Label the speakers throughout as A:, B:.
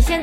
A: 现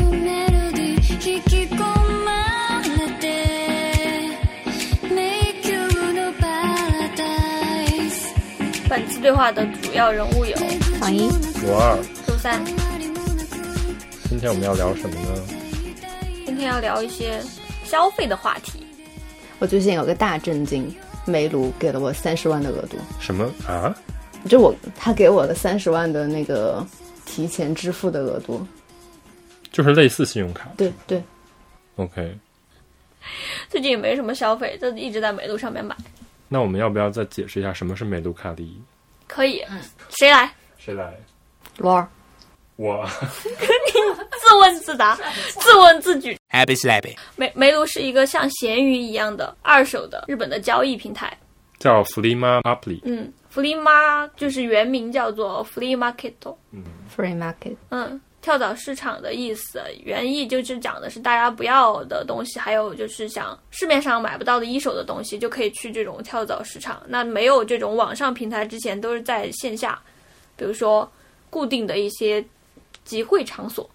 A: 本次对话的主要人物有
B: 榜一，
C: 五二，
A: 周三。
C: 今天我们要聊什么呢？
A: 今天要聊一些消费的话题。
B: 我最近有个大震惊，煤炉给了我三十万的额度，
C: 什么啊？
B: 就我他给我的三十万的那个提前支付的额度，
C: 就是类似信用卡。
B: 对对，
C: OK，
A: 最近也没什么消费，就一直在美路上面买。
C: 那我们要不要再解释一下什么是美卢卡利？
A: 可以，谁来？
C: 谁来？
B: 罗儿，
C: 我
A: 自问自答，自问自举。
D: Happy slappy.
A: 梅梅卢是一个像闲鱼一样的二手的日本的交易平台。
C: 叫弗利玛 u p l y
A: 嗯，Flea Ma 就是原名叫做 Flea Market，
B: Free Market，
A: 嗯，跳蚤市场的意思，原意就是讲的是大家不要的东西，还有就是想市面上买不到的一手的东西，就可以去这种跳蚤市场。那没有这种网上平台之前，都是在线下，比如说固定的一些集会场所，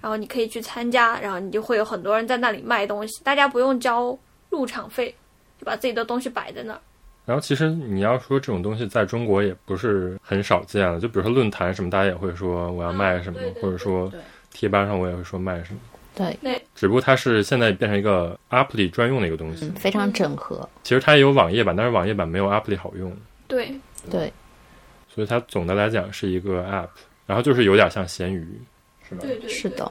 A: 然后你可以去参加，然后你就会有很多人在那里卖东西，大家不用交入场费，就把自己的东西摆在那儿。
C: 然后其实你要说这种东西在中国也不是很少见了，就比如说论坛什么，大家也会说我要卖什么，
A: 嗯对对对
C: 或者说
B: 啊对
C: 贴吧上我也会说卖什么。
B: 对，
C: 只不过它是现在变成一个 App 里专用的一个东西。
B: 嗯，非常整合，
C: 其实它也有网页版，但是网页版没有 App 里好用，
A: 对，
B: 对
C: 所以它总的来讲是一个 App。然后就是有点像闲鱼，是吧？
A: 对对
B: 是的，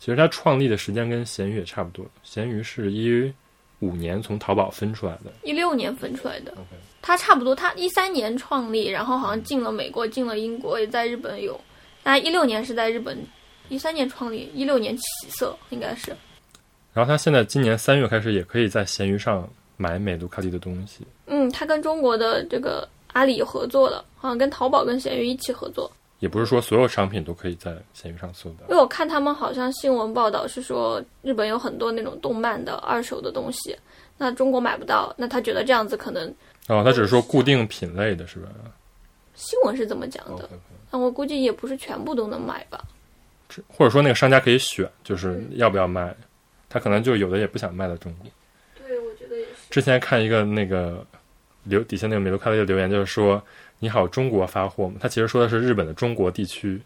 C: 其实它创立的时间跟闲鱼也差不多，闲鱼是一五年从淘宝分出来的。
A: 一六年分出来的
C: OK，
A: 他差不多，他一三年创立，然后好像进了美国，进了英国，也在日本有。那一六年是在日本，一三年创立，一六年起色应该是。
C: 然后它现在今年三月开始也可以在闲鱼上买美卢卡利的东西。
A: 嗯，他跟中国的这个阿里合作了，好像跟淘宝跟闲鱼一起合作。
C: 也不是说所有商品都可以在闲鱼上搜
A: 因
C: 到。
A: 为我看他们好像新闻报道是说，日本有很多那种动漫的二手的东西，那中国买不到，那他觉得这样子可能
C: 哦，它只是说固定品类的是吧？
A: 新闻是这么讲的，但我估计也不是全部都能买吧。
C: 这或者说那个商家可以选，就是要不要卖。他可能就有的也不想卖到中国。
A: 对，我觉得也是。
C: 之前看一个那个留底下那个美卢卡利的留言，就是说“你好，中国发货吗？”他其实说的是日本的中国地区。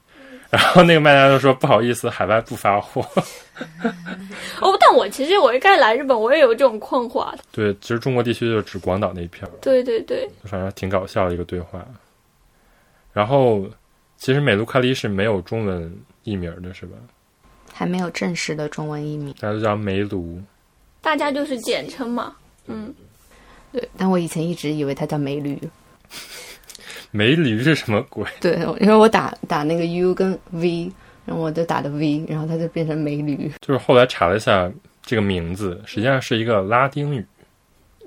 C: 然后那个卖家就说：“不好意思，海外不发货。
A: 哦，但我其实我一开始来日本，我也有这种困惑。”啊
C: 对，其实中国地区就指广岛那一片儿。
A: 对对对，
C: 反正挺搞笑的一个对话。然后，其实美卢卡利是没有中文译名的，是吧？
B: 还没有正式的中文译名，
C: 大家都叫梅卢。
A: 大家就是简称嘛。嗯，
B: 对，但我以前一直以为它叫煤驴，
C: 梅驴是什么鬼？
B: 对，因为我打打那个 U 跟 V，然后我就打的 V，然后它就变成煤驴，
C: 就是后来查了一下这个名字，实际上是一个拉丁语，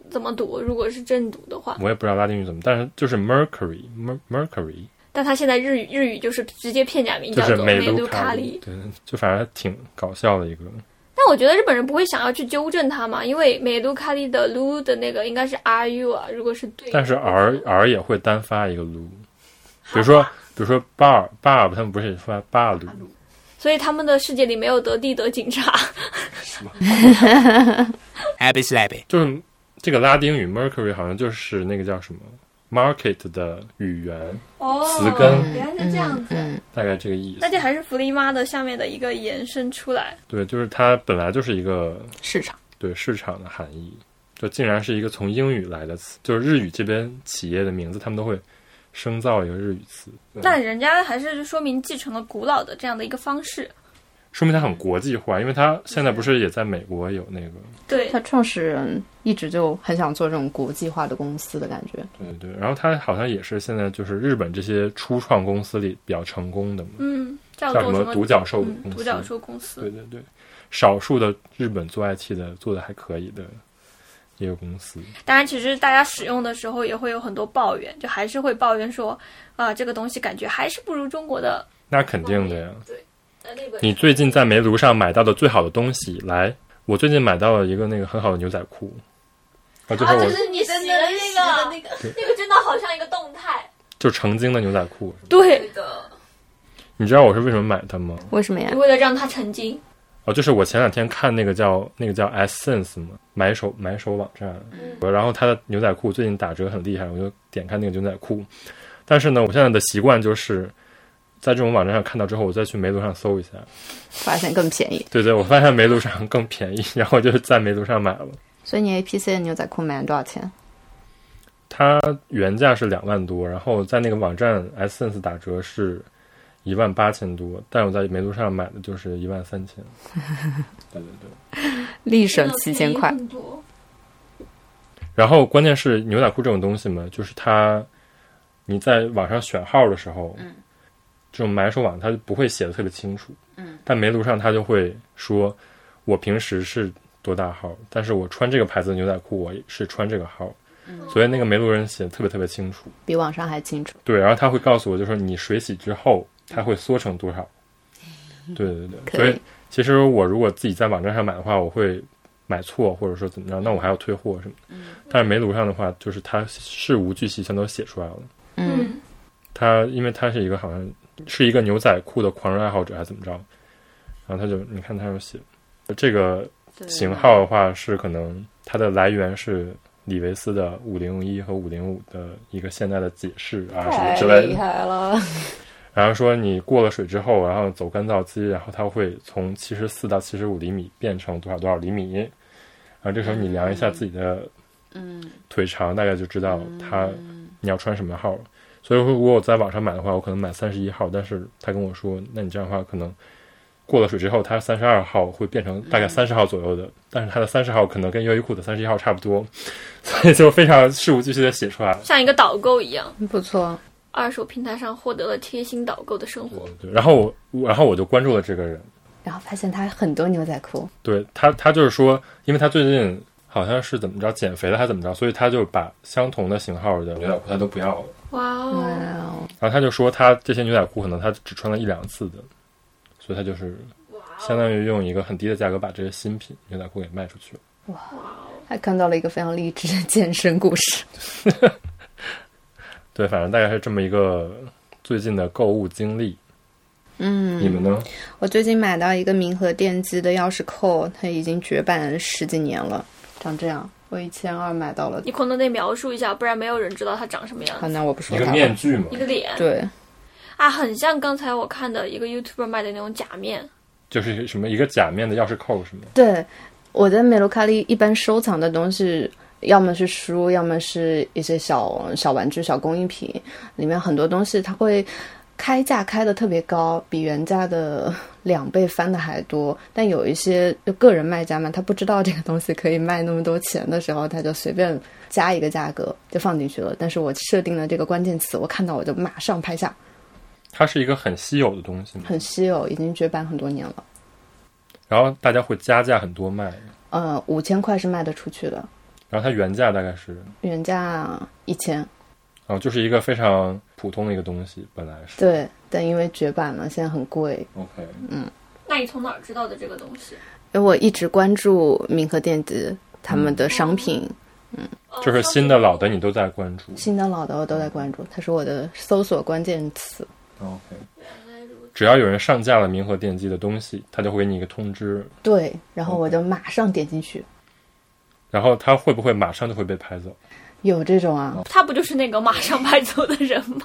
A: 怎么读？如果是正读的话，
C: 我也不知道拉丁语怎么，但是就是 Mercury Mer- Mercury，
A: 但他现在日语日语就是直接片假名
C: 就
A: 叫
C: 是
A: 做
C: 梅
A: 卢
C: 卡
A: 利。
C: 对，就反正挺搞笑的一个。
A: 但我觉得日本人不会想要去纠正他嘛，因为梅卢卡利的卢的那个应该是 R U 啊，如果是对，
C: 但是 R R 也会单发一个卢，比如说比如说 bar bar，他们不是也发巴卢？
A: 所以他们的世界里没有德地德警察。
D: Happy slappy.
C: 就是这个拉丁语 Mercury 好像就是那个叫什么 market 的语言，
A: 哦
C: 词根
A: 原来是这样子。
B: 嗯，
C: 大概这个意思
A: 那。就还是福利妈的下面的一个延伸出来，
C: 对，就是它本来就是一个
B: 市场，
C: 对市场的含义，就竟然是一个从英语来的词，就是日语这边企业的名字，他们都会生造一个日语词。
A: 那人家还是说明继承了古老的这样的一个方式。
C: 说明它很国际化，因为它现在不是也在美国有那个，
A: 对
B: 他创始人一直就很想做这种国际化的公司的感觉。
C: 对对。然后它好像也是现在就是日本这些初创公司里比较成功的嘛，
A: 嗯，叫做
C: 像么独角兽
A: 嗯
C: 公司，
A: 独角兽公
C: 对
A: 司，
C: 对对，少数的日本做 IT 的做的还可以的一个公司，
A: 当然，其实大家使用的时候也会有很多抱怨，就还是会抱怨说，啊、这个东西感觉还是不如中国的
C: 那肯定的呀。
A: 呃那个
C: 你最近在梅卢上买到的最好的东西，来，我最近买到了一个那个很好的牛仔裤，啊，就是我
A: 你洗的那个，那个真的好像一个动态。
C: 就成精的牛仔裤。
A: 对，
C: 你知道我是为什么买它吗？
B: 为什么呀？
A: 为了让它成 精，
C: 哦，就是我前两天看那个叫那个叫 Essence 嘛，买手买手网站，然后它的牛仔裤最近打折很厉害，我就点开那个牛仔裤。但是呢，我现在的习惯就是在这种网站上看到之后，我再去梅卢上搜一下。
B: 发现更便宜，
C: 对对，我发现梅卢上更便宜，然后我就在梅卢上买了。
B: 所以你 APC 的牛仔裤买了多少钱？
C: 它原价是两万多，然后在那个网站 Essence 打折是一万八千多，但我在梅卢上买的就是一万三千。对对对。
B: 立省七千块
A: 真，的便宜很多。
C: 然后关键是牛仔裤这种东西嘛，就是它你在网上选号的时候，嗯，这种买手网它就不会写的特别清楚，嗯，但梅卢上它就会说，我平时是多大号，但是我穿这个牌子的牛仔裤，我是穿这个号，嗯，所以那个梅卢人写的特别特别清楚。
B: 比网上还清楚。
C: 对，然后他会告诉我，就是你水洗之后它会缩成多少。对对对，所
B: 可
C: 嗯以
B: 以，
C: 其实我如果自己在网站上买的话，我会买错或者说怎么着，那我还要退货什么
B: 嗯
C: 的。但是梅卢上的话，就是它事无巨细全都写出来了。
B: 嗯，
A: 嗯，
C: 他因为他是一个好像是一个牛仔裤的狂热爱好者还是怎么着，然后他就你看他有写这个
B: 嗯
C: 型号的话是可能它的来源是李维斯的五零一和五零五的一个现代的解释啊什么之类的。
B: 害了，
C: 然后说你过了水之后，然后走干燥机，然后它会从七十四到七十五厘米变成多少多少厘米，然后这时候你量一下自己的
B: 嗯，
C: 腿长，大概就知道它你要穿什么号了。所以说，如果我在网上买的话，我可能买三十一号，但是他跟我说，那你这样的话可能过了水之后，它三十二号会变成大概三十号左右的，但是它的三十号可能跟优衣库的三十一号差不多， 所以就非常事无巨细的写出来了。
A: 像一个导购一样，
B: 不错。
A: 二手平台上获得了贴心导购的生活。
C: 对，然后我然后我就关注了这个人，
B: 然后发现他很多牛仔裤，
C: 对他，他就是说，因为他最近好像是怎么着减肥了，还怎么着，所以他就把相同的型号的牛仔裤他都不要了。
A: 哇
B: 哇
A: 哦，
B: 哦，
C: 然后他就说，他这些牛仔裤可能他只穿了一两次的，所以他就是
B: 哦
C: 相当于用一个很低的价格把这些新品牛仔裤给卖出去了。
B: 还看到了一个非常励志的健身故事。
C: 对，反正大概是这么一个最近的购物经历。
B: 嗯，
C: 你们呢？
B: 我最近买到一个明和电机的钥匙扣，它已经绝版十几年了，长这样。我一千二买到了
A: 你，可能得描述一下，不然没有人知道它长什么样
B: 好，
A: 子。
B: 那我不说
C: 一
B: 它了。
C: 个面具嘛
A: 一，个脸
B: 对，
A: 啊，很像刚才我看的一个 YouTuber 卖的那种假 面，
C: 就是什么一个假面的钥匙扣什么。
B: 对，我在美卢卡利一般收藏的东西，要么是书，要么是一些小小玩具、小工艺品，里面很多东西它会开价开的特别高，比原价的两倍翻的还多。但有一些就个人卖家嘛，他不知道这个东西可以卖那么多钱的时候，他就随便加一个价格就放进去了。但是我设定了这个关键词，我看到我就马上拍下，
C: 它是一个很稀有的东西嘛，
B: 很稀有，已经绝版很多年了。
C: 然后大家会加价很多卖，
B: 呃，五千块是卖得出去的，
C: 然后它原价大概是
B: 原价一千。
C: 啊，就是一个非常普通的一个东西，本来是。
B: 对，但因为绝版了，现在很贵。
C: OK，
A: 那你从哪儿知道的这个东西？
B: 因为我一直关注明和电子他们的商品，
A: 哦
C: 就是新的、老的你都在关注。
B: 新的老的我都在关注，它是我的搜索关键词。
C: OK，只要有人上架了明和电机的东西，他就会给你一个通知，
B: 对，然后我就马上点进去，
C: 然后他会不会马上就会被拍走？
B: 有这种啊？
A: 他不就是那个马上拍走的人吗？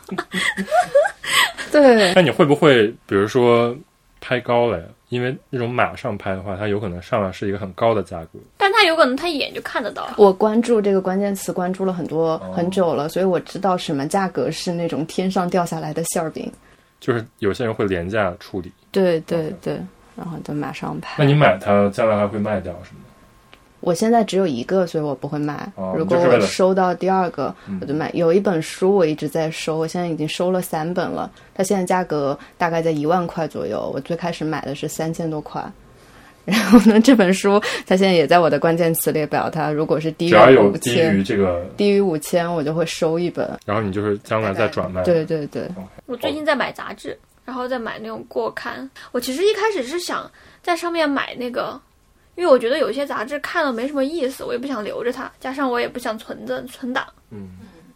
B: 对，
C: 那你会不会比如说拍高了呀？因为那种马上拍的话，它有可能上来是一个很高的价格。
A: 但他有可能他一眼就看得到啊。
B: 我关注这个关键词关注了很多很久了，所以我知道什么价格是那种天上掉下来的馅儿饼。
C: 就是有些人会廉价处理，
B: 对对对，然后就马上拍。
C: 那你买它，将来还会卖掉是吗？
B: 我现在只有一个，所以我不会卖。
C: 哦
B: 如果
C: 就是为
B: 我
C: 了
B: 收到第二个，
C: 嗯
B: 我就买。有一本书我一直在收，我现在已经收了三本了，它现在价格大概在一万块左右。我最开始买的是三千多块。 然后呢，这本书它现在也在我的关键词列表，它如果是低
C: 只要
B: 于
C: 有
B: 五
C: 低于
B: 千，
C: 这个，
B: 低于五千我就会收一本。
C: 然后你就是将来再转卖。
B: 对对对，
A: 我最
C: 哦
A: 近在买杂志，然后在买那种过刊。我其实一开始是想在上面买那个，因为我觉得有些杂志看了没什么意思，我也不想留着它，加上我也不想存着存档。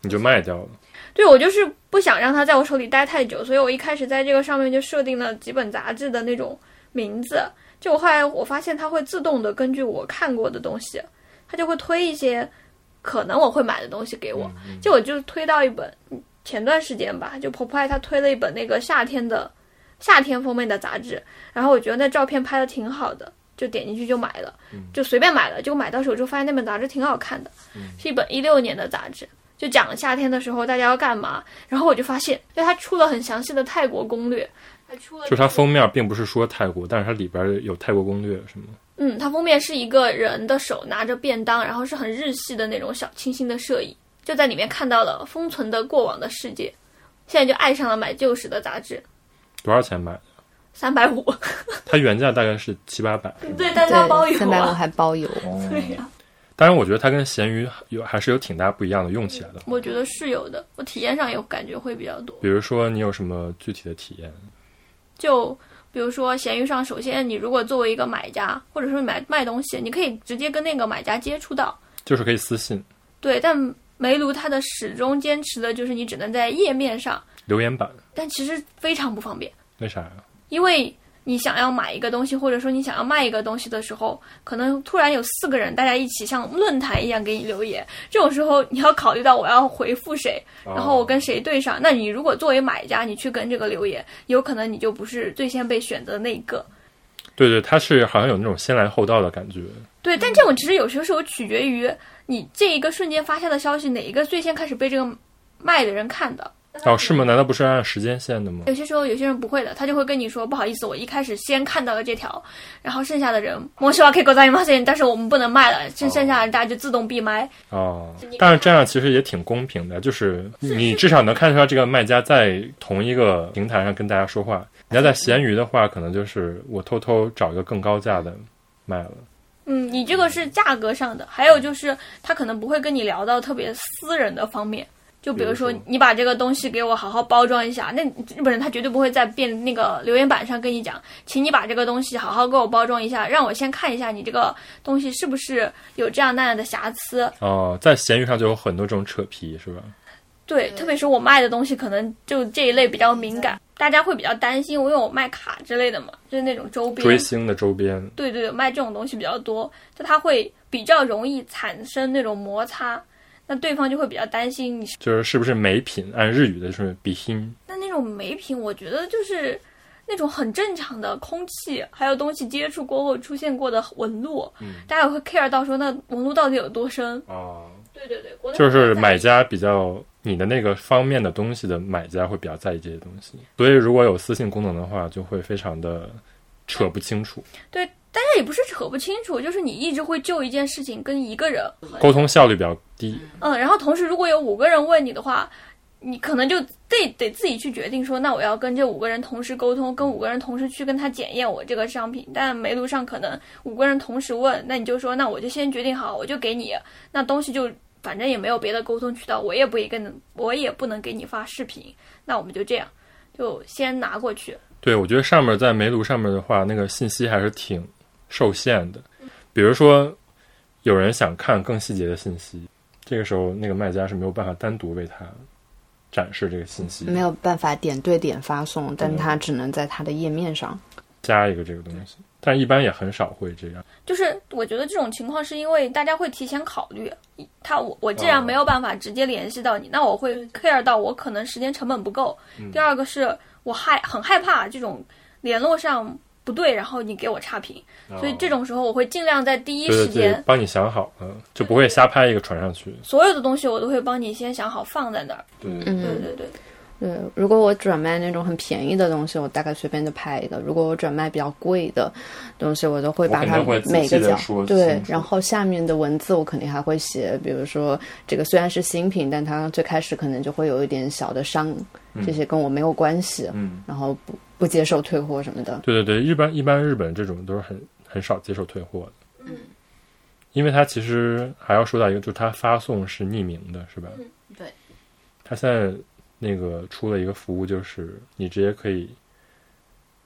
C: 你就卖掉了。
A: 对我就是不想让它在我手里待太久，所以我一开始在这个上面就设定了几本杂志的那种名字。就我后来我发现它会自动的根据我看过的东西，它就会推一些可能我会买的东西给我。
C: 嗯
A: 就我就推到一本嗯前段时间吧，就 Popeye 他推了一本那个夏天的夏天封面的杂志，然后我觉得那照片拍的挺好的，就点进去就买了，
C: 嗯
A: 就随便买了。结果买到手之后发现那本杂志挺好看的，
C: 嗯
A: 是一本一六年的杂志。就讲夏天的时候大家要干嘛，然后我就发现，因为它出了很详细的泰国攻略，还出了
C: 就是它封面并不是说泰国，但是它里边有泰国攻略，是吗？
A: 嗯，它封面是一个人的手拿着便当，然后是很日系的那种小清新的摄影，就在里面看到了封存的过往的世界，现在就爱上了买旧时的杂志，
C: 多少钱买的？
A: 三百 五，
C: 它原价大概是七八百。
A: 对，但是它包
B: 对，
A: 邮
B: 三百五
A: 啊，
B: 还包邮。
C: 哦
A: 对呀、
C: 当然，我觉得它跟咸鱼有还是有挺大不一样的，用起来的话。
A: 我觉得是有的，我体验上有感觉会比较多，
C: 比如说，你有什么具体的体验？
A: 就比如说闲鱼上，首先你如果作为一个买家，或者说你买卖东西，你可以直接跟那个买家接触到，
C: 就是可以私信、
A: 对，但煤炉它的始终坚持的就是你只能在页面上，
C: 留言板，
A: 但其实非常不方便，
C: 为啥呀？
A: 因为你想要买一个东西，或者说你想要卖一个东西的时候，可能突然有四个人大家一起像论坛一样给你留言，这种时候你要考虑到我要回复谁，然
C: 哦
A: 后我跟谁对上。那你如果作为买家，你去跟这个留言，有可能你就不是最先被选择的那一个。
C: 对对，它是好像有那种先来后到的感觉。
A: 对，但这种其实有些时候取决于你这一个瞬间发下的消息，哪一个最先开始被这个卖的人看到。
C: 哦，是吗？难道不是按时间线的吗
A: 有？些时候有些人不会的，他就会跟你说不好意思，我一开始先看到了这条，然后剩下的人我希望可以给我加一毛钱，但是我们不能卖了，剩剩下的人大家就自动闭麦。
C: 哦，但是这样其实也挺公平的，就是你至少能看出来这个卖家在同一个平台上跟大家说话。你要在闲鱼的话，可能就是我偷偷找一个更高价的卖了。
A: 嗯，你这个是价格上的，还有就是他可能不会跟你聊到特别私人的方面，就比如说
C: 比如说
A: 你把这个东西给我好好包装一下，那日本人他绝对不会在变那个留言板上跟你讲，请你把这个东西好好给我包装一下，让我先看一下你这个东西是不是有这样那样的瑕疵。
C: 哦，在闲鱼上就有很多这种扯皮，是吧？
A: 对，特别是我卖的东西，可能就这一类比较敏感，大家会比较担心，因为我卖卡之类的嘛，就是那种周边，
C: 追星的周边，
A: 对对对，卖这种东西比较多，就它会比较容易产生那种摩擦，那对方就会比较担心你是。
C: 就是是不是美品？按日语的就是比心。
A: 那那种美品，我觉得就是那种很正常的空气，还有东西接触过后出现过的纹路，
C: 嗯
A: 大家也会 care 到说那纹路到底有多深。
C: 哦，
A: 对对对，国内
C: 就是买家比较你的那个方面的东西的买家会比较在意这些东西，所以如果有私信功能的话，就会非常的扯不清楚，
A: 对，但是也不是扯不清楚，就是你一直会就一件事情跟一个人
C: 沟通效率比较低。
A: 嗯，然后同时如果有五个人问你的话，你可能就得得自己去决定说，那我要跟这五个人同时沟通，跟五个人同时去跟他检验我这个商品。但梅毒上可能五个人同时问，那你就说，那我就先决定好，我就给你，那东西就反正也没有别的沟通渠道，我也不一跟我也不能给你发视频，那我们就这样，就先拿过去。
C: 对，我觉得上面在梅毒上面的话，那个信息还是挺受限的。比如说，有人想看更细节的信息，这个时候那个卖家是没有办法单独为他展示这个信息的，
B: 没有办法点对点发送，但
C: 对
B: 它只能在它的页面上。
C: 加一个这个东西，但一般也很少会这样。
A: 就是我觉得这种情况是因为大家会提前考虑，他我我既
C: 啊
A: 然没有办法直接联系到你，那我会 care 到我可能时间成本不够。
C: 嗯
A: 第二个是我害很害怕这种联络上不对，然后你给我差评，所以这种时候我会尽量在第一
C: 哦啊对
A: 时
C: 对对
A: 间，，
C: 帮你想好了，就不会瞎拍一个传上去。
A: 所有的东西我都会帮你先想好放在那儿。
C: 对，
A: 对
B: 嗯，
A: 对对，
B: 对，如果我转卖那种很便宜的东西，我大概随便就拍一个；如果我转卖比较贵的东西，我都会把它
C: 我肯定会仔
B: 每
C: 细
B: 个
C: 地
B: 角
C: 说
B: 对
C: 清，楚
B: 然后下面的文字我肯定还会写，比如说这个虽然是新品，但它最开始可能就会有一点小的伤，这些跟我没有关系，
C: 嗯，
B: 然后不不接受退货什么的。
C: 对对对，一般一般日本这种都是很很少接受退货的，嗯，因为它其实还要说到一个，就是它发送是匿名的，是吧？
B: 嗯
E: 对，
C: 它现在那个出了一个服务，就是你直接可以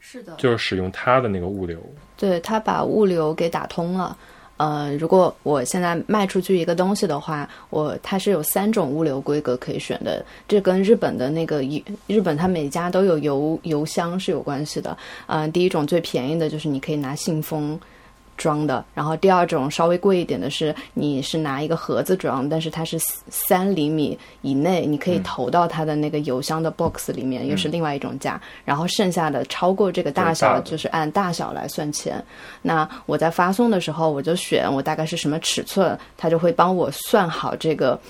E: 是的，
C: 就是使用它的那个物流，
B: 对他把物流给打通了。呃，如果我现在卖出去一个东西的话，我它是有三种物流规格可以选的，这跟日本的那个一日本它每家都有邮邮箱是有关系的。呃，第一种最便宜的就是你可以拿信封装的，然后第二种稍微贵一点的是你是拿一个盒子装，但是它是三三厘米以内，你可以投到它的那个邮箱的 box 里面，又是另外一种价。然后剩下的超过这个大
C: 嗯大
B: 小，
C: 的
B: 就是按大小来算钱。那我在发送的时候，我就选我大概是什么尺寸，它就会帮我算好这个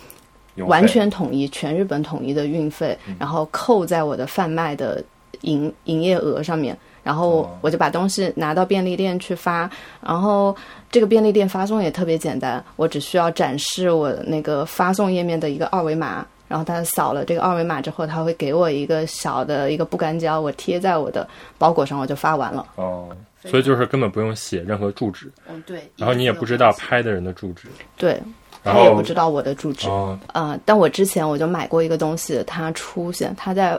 C: 邮费嗯
B: 完全统一，全日本统一的运费，然后扣在我的贩卖的营营业额上面。然后
C: 哦
B: 我就把东西拿到便利店去发，然后这个便利店发送也特别简单，我只需要展示我那个发送页面的一个二维码，然后他扫了这个二维码之后，他会给我一个小的一个不干胶，我贴在我的包裹上，我就发完了。
C: 哦，所以就是根本不用写任何住址，
E: 嗯对，
C: 然后你也不知道拍的人的住址，
B: 对，
C: 然
B: 他也不
C: 后
B: 知道我的住址。
C: 哦，
B: 呃，但我之前我就买过一个东西，它出现它在，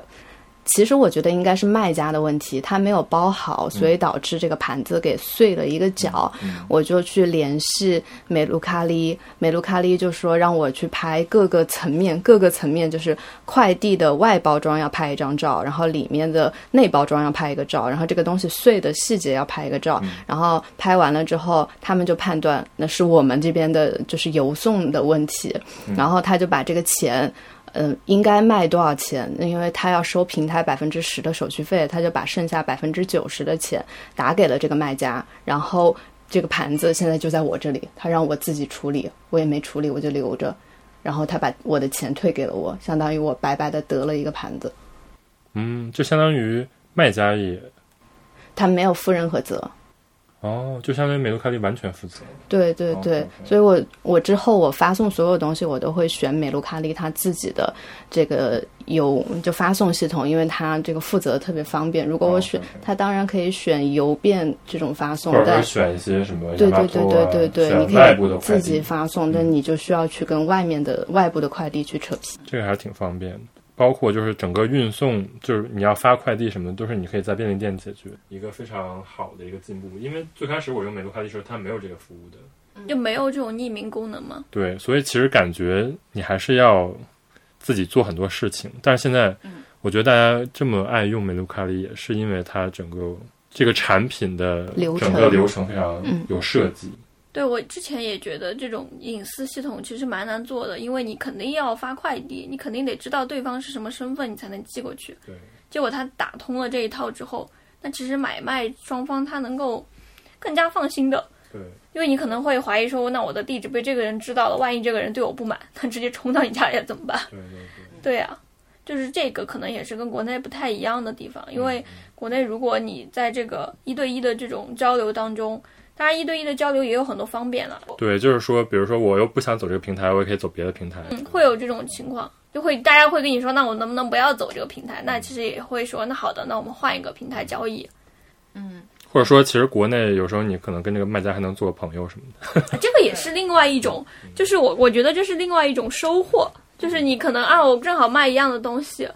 B: 其实我觉得应该是卖家的问题，它没有包好，所以导致这个盘子给碎了一个角。我就去联系美露卡利，美露卡利就说让我去拍各个层面，各个层面就是快递的外包装要拍一张照，然后里面的内包装要拍一个照，然后这个东西碎的细节要拍一个照，然后拍完了之后，他们就判断那是我们这边的就是邮送的问题，然后他就把这个钱。嗯，应该卖多少钱？因为他要收平台百分之十的手续费，他就把剩下百分之九十的钱打给了这个卖家，然后这个盘子现在就在我这里，他让我自己处理，我也没处理，我就留着，然后他把我的钱退给了我，相当于我白白的得了一个盘子，
C: 嗯，就相当于卖家也
B: 他没有负任何责。
C: 哦，就相当于美杜卡利完全负责，
B: 对对对
C: OK，OK
B: 所以我我之后我发送所有东西，我都会选美露卡利他自己的这个邮就发送系统，因为他这个负责特别方便。如果我选
C: OK，OK
B: 他当然可以选邮便这种发送
C: 哦或，者
B: 但
C: 说选一些什么
B: 对
C: 亚
B: 对对
C: 马逊啊，
B: 对对对，你
C: 选外部
B: 可以
C: 的
B: 自
C: 快
B: 己
C: 递，嗯
B: 发送，但你就需要去跟外面的外部的快递去扯皮。
C: 这个还是挺方便的。包括就是整个运送，就是你要发快递什么的，都是你可以在便利店解决，一个非常好的一个进步。因为最开始我用美杜卡利的时候，它没有这个服务的，
A: 就没有这种匿名功能吗？
C: 对，所以其实感觉你还是要自己做很多事情。但是现在，我觉得大家这么爱用美露卡里，也是因为它整个这个产品的
B: 流
C: 整个
B: 程
C: 流程非常有设计。
A: 对我之前也觉得这种隐私系统其实蛮难做的，因为你肯定要发快递，你肯定得知道对方是什么身份，你才能寄过去。
C: 对，
A: 结果他打通了这一套之后，那其实买卖双方他能够更加放心的，
C: 对，
A: 因为你可能会怀疑说，那我的地址被这个人知道了，万一这个人对我不满， 他直接冲到你家里来怎么办？
C: 对，对，对，
A: 对啊，就是这个可能也是跟国内不太一样的地方，
C: 嗯
A: 因为国内如果你在这个一对一的这种交流当中，当然一对一的交流也有很多方便啊了，
C: 对，就是说，比如说我又不想走这个平台，我也可以走别的平台。
A: 嗯，会有这种情况，就会大家会跟你说，那我能不能不要走这个平台？那其实也会说，那好的，那我们换一个平台交易，
C: 或者说，其实国内有时候你可能跟这个卖家还能做朋友什么的。
A: 这个也是另外一种，就是我我觉得这是另外一种收获，就是你可能啊，我正好卖一样的东西，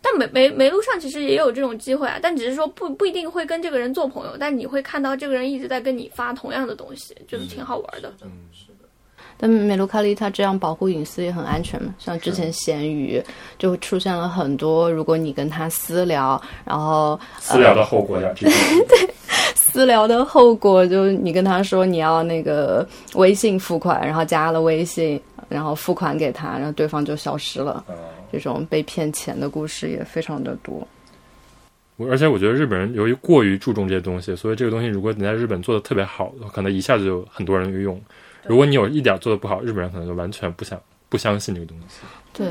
A: 但没没没路上其实也有这种机会啊，但只是说不不一定会跟这个人做朋友，但你会看到这个人一直在跟你发同样的东西，觉得挺好玩的。
C: 嗯
B: 但美露卡利它这样保护隐私也很安全嘛，像之前闲鱼就出现了很多，如果你跟他私聊，然后
C: 私聊的后果呀，这个
B: 私聊的后果就是你跟他说你要那个微信付款，然后加了微信，然后付款给他，然后对方就消失了。这种被骗钱的故事也非常的多。
C: 我而且我觉得日本人由于过于注重这些东西，所以这个东西如果你在日本做的特别好，可能一下子就很多人用；如果你有一点做的不好，日本人可能就完全不想不相信这个东西。
B: 对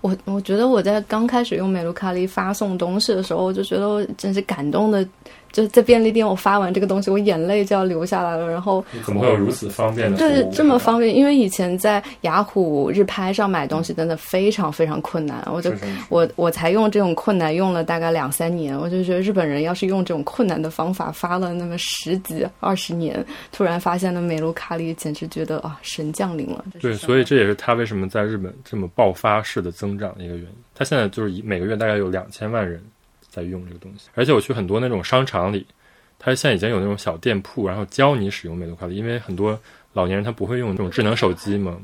B: 我，我觉得我在刚开始用美卢卡利发送东西的时候，我就觉得我真是感动的，就是在便利店我发完这个东西，我眼泪就要流下来了。然后
C: 怎么会有如此方便的？
B: 对，这么方便，因为以前在雅虎日拍上买东西真的非常非常困难，我就是
C: 是是
B: 我我才用这种困难用了大概两三年，我就觉得日本人要是用这种困难的方法发了那么十几二十年，突然发现了美卢卡利，简直觉得啊神降临了。
C: 对，所以这也是他为什么在日本这么爆发式的增长的一个原因。他现在就是以每个月大概有两千万人在用这个东西，而且我去很多那种商场里，他现在已经有那种小店铺，然后教你使用美图快递，因为很多老年人他不会用这种智能手机嘛，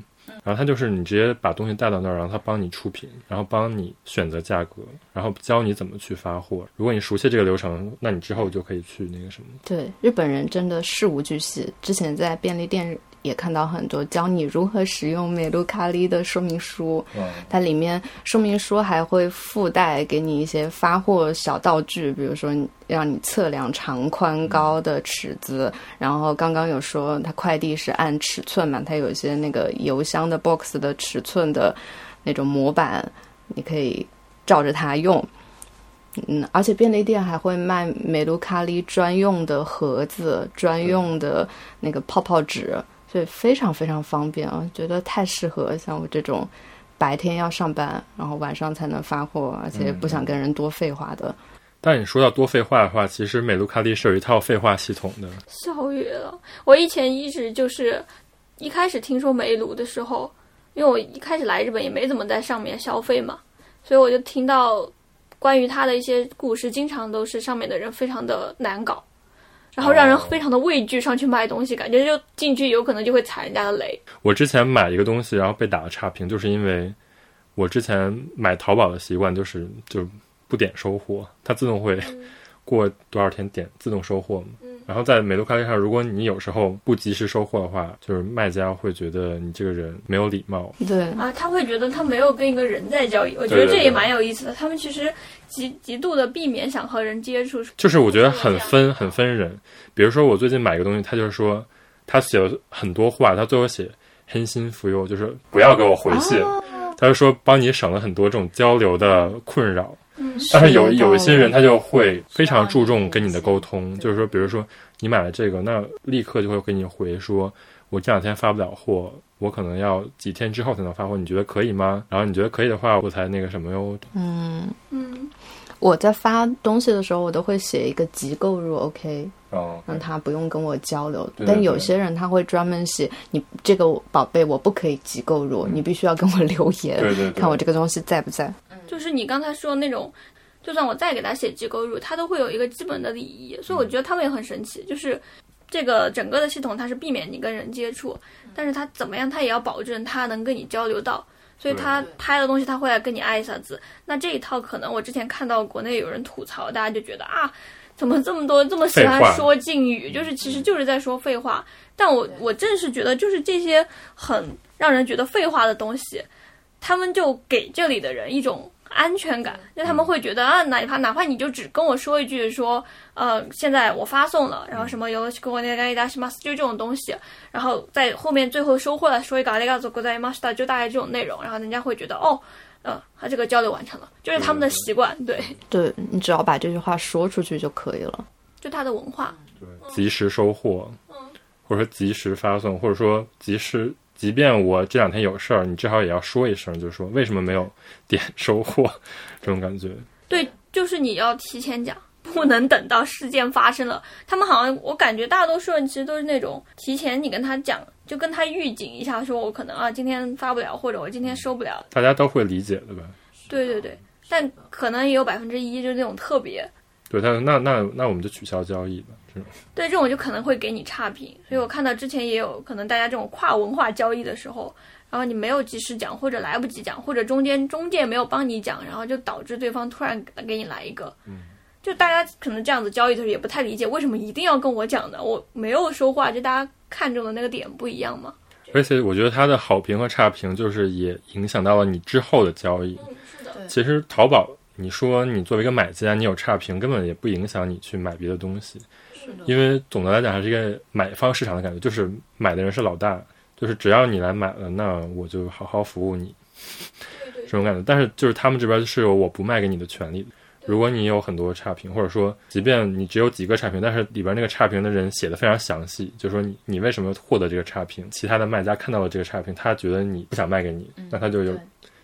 C: 然后他就是你直接把东西带到那儿，然后他帮你出品，然后帮你选择价格，然后教你怎么去发货。如果你熟悉这个流程，那你之后就可以去那个什么。
B: 对，日本人真的事无巨细。之前在便利店也看到很多教你如何使用美露卡利的说明书，它里面说明书还会附带给你一些发货小道具，比如说你让你测量长宽高的尺子，然后刚刚有说它快递是按尺寸嘛，它有一些那个邮箱的 box 的尺寸的那种模板，你可以照着它用。嗯，而且便利店还会卖美露卡利专用的盒子、专用的那个泡泡纸，所以非常非常方便啊！觉得太适合像我这种白天要上班，然后晚上才能发货，而且不想跟人多废话的。
C: 但你说到多废话的话，其实美卢卡利是有一套废话系统的，
A: 笑晕了。我以前一直就是一开始听说煤炉的时候，因为我一开始来日本也没怎么在上面消费嘛，所以我就听到关于它的一些故事，经常都是上面的人非常的难搞，然后让人
C: 哦
A: 非常的畏惧上去卖东西，感觉就进去有可能就会踩人家的雷。
C: 我之前买一个东西，然后被打了差评，就是因为我之前买淘宝的习惯就是就不点收货，它自动会 过多少天点自动收货嘛。然后在美图快递上，如果你有时候不及时收货的话，就是卖家会觉得你这个人没有礼貌。
B: 对，
A: 啊，他会觉得他没有跟一个人在交易，我觉
C: 对
A: 得
C: 嗯对
A: 这
C: 对
A: 也蛮有意思的。他们其实极极度的避免想和人接触，
C: 就是我觉得很分很分人。比如说我最近买一个东西，他就是说他写了很多话，他最后写黑心服用，就是不要给我回信。他就说帮你省了很多这种交流的困扰。但是有有一些人，他就会非
B: 嗯
C: 常注重跟你的沟通，就是说，比如说你买了这个，那立刻就会给你回说，我这两天发不了货，我可能要几天之后才能发货，你觉得可以吗？然后你觉得可以的话，我才那个什么哟。
A: 嗯，
B: 我在发东西的时候，我都会写一个急购入 OK，
C: 哦
B: 让嗯他不用跟我交流。
C: 对
B: 但
C: 对
B: 有
C: 对
B: 些人他会专门写你这个宝贝，我不可以急购入，你必须要跟我留言，
C: 嗯对对对
B: 看我这个东西在不在。
A: 就是你刚才说的那种，就算我再给他写机构入，他都会有一个基本的礼仪，所以我觉得他们也很神奇，就是。这个整个的系统，它是避免你跟人接触，但是它怎么样，它也要保证它能跟你交流到，所以它拍的东西，它会来跟你挨一下子。那这一套可能我之前看到国内有人吐槽，大家就觉得啊，怎么这么多这么喜欢
C: 废话
A: 说敬语，就是其实就是在说废话。但我我正是觉得，就是这些很让人觉得废话的东西，他们就给这里的人一种安全感，就他们会觉得啊，哪怕哪怕你就只跟我说一句说，呃，现在我发送了，然后什么有给我那个达西马斯，就这种东西，然后在后面最后收获了说一个阿里嘎多ございました，就大概这种内容，然后人家会觉得哦，呃，他这个交流完成了，就是他们的习惯，对，
B: 对你只要把这句话说出去就可以了。
A: 就他的文化，
C: 及时收货，或者说及时发送，或者说及时，即便我这两天有事儿，你至少也要说一声，就是说为什么没有 点收货， 这种感觉。
A: 对，就是你要提前讲，不能等到事件发生了。他们好像我感觉大多数人其实都是那种提前你跟他讲，就跟他预警一下，说我可能啊今天发不了，或者我今天收不了。
C: 大家都会理解的吧？
A: 对对对，但可能也有百分之一就是那种特别。
C: 对，他说那那那我们就取消交易吧，这种。
A: 对这种就可能会给你差评，所以我看到之前也有可能大家这种跨文化交易的时候，然后你没有及时讲，或者来不及讲，或者中间中介没有帮你讲，然后就导致对方突然给你来一个，嗯，就大家可能这样子交易的时候也不太理解，为什么一定要跟我讲呢？我没有说话，就大家看中的那个点不一样嘛。
C: 而且我觉得他的好评和差评，就是也影响到了你之后的交易。
A: 嗯是的，
C: 其实淘宝，你说你作为一个买家，你有差评，根本也不影响你去买别的东西，因为总的来讲还是一个买方市场的感觉，就是买的人是老大，就是只要你来买了，那我就好好服务你， 这种感觉。但是就是他们这边是有我不卖给你的权利的。如果你有很多差评，或者说即便你只有几个差评，但是里边那个差评的人写的非常详细，就说你你为什么获得这个差评，其他的卖家看到了这个差评，他觉得你不想卖给你，那他就有
E: 对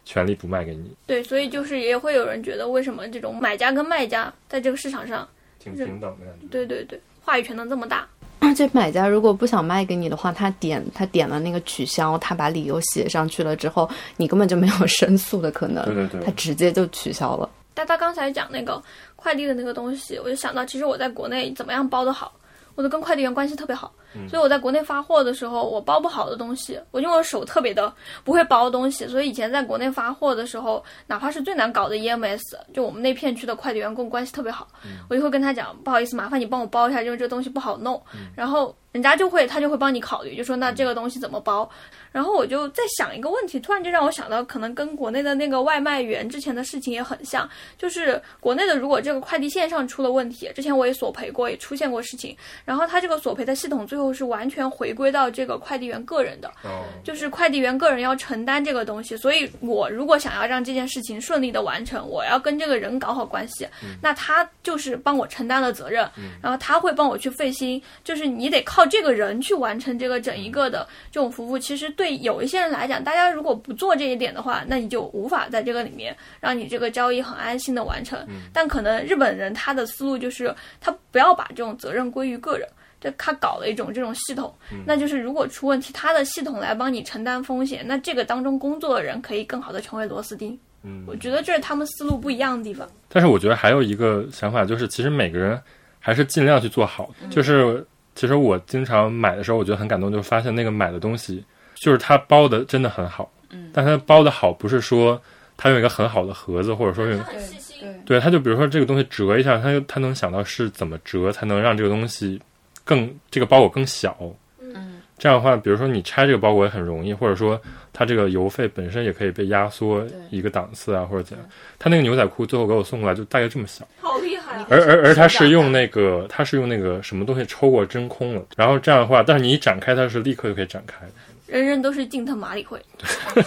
C: 权利不卖给你。
A: 对，所以就是也会有人觉得，为什么这种买家跟卖家在这个市场上，
C: 挺
A: 是
C: 平等的感觉。
A: 对对对，话语权能这么大？
B: 而且买家如果不想卖给你的话，他点他点了那个取消，他把理由写上去了之后，你根本就没有申诉的可能，
C: 对对对
B: 他直接就取消了。
A: 但他刚才讲那个快递的那个东西，我就想到，其实我在国内怎么样包的好，我都跟快递员关系特别好，所以我在国内发货的时候，我包不好的东西，我因为我手特别的不会包东西，所以以前在国内发货的时候，哪怕是最难搞的 EMS，就我们那片区的快递员跟我关系特别好，我就会跟他讲，不好意思，麻烦你帮我包一下，因为这个东西不好弄，然后人家就会他就会帮你考虑，就说那这个东西怎么包，然后我就在想一个问题，突然就让我想到，可能跟国内的那个外卖员之前的事情也很像。就是国内的，如果这个快递线上出了问题，之前我也索赔过，也出现过事情。然后它这个索赔的系统最后是完全回归到这个快递员个人的，
C: 哦，
A: 就是快递员个人要承担这个东西。所以我如果想要让这件事情顺利的完成，我要跟这个人搞好关系，那他就是帮我承担了责任，然后他会帮我去费心，就是你得靠这个人去完成这个整一个的这种服务。其实对有一些人来讲，大家如果不做这一点的话，那你就无法在这个里面让你这个交易很安心的完成。但可能日本人他的思路就是，他不要把这种责任归于个人，就他搞了一种这种系统，那就是如果出问题，他的系统来帮你承担风险，那这个当中工作的人可以更好的成为螺丝钉。
C: 嗯
A: 我觉得这是他们思路不一样的地方。
C: 但是我觉得还有一个想法就是，其实每个人还是尽量去做好。就是其实我经常买的时候，我觉得很感动，就是发现那个买的东西，就是他包的真的很好。
E: 嗯
C: 但他包的好不是说他用一个很好的盒子，或者说用
E: 对对
C: 对他就比如说这个东西折一下，他他能想到是怎么折才能让这个东西更这个包裹更小。
E: 嗯，
C: 这样的话，比如说你拆这个包裹也很容易，或者说它这个邮费本身也可以被压缩
E: 对
C: 一个档次啊，或者怎样。他那个牛仔裤最后给我送过来就大概这么
E: 嗯
C: 小，
A: 好厉害啊！
C: 而而而它是用那个它是用那个什么东西抽过真空了，然后这样的话，但是你一展开它是立刻就可以展开的。
A: 人人都是近藤麻里惠，
E: 笑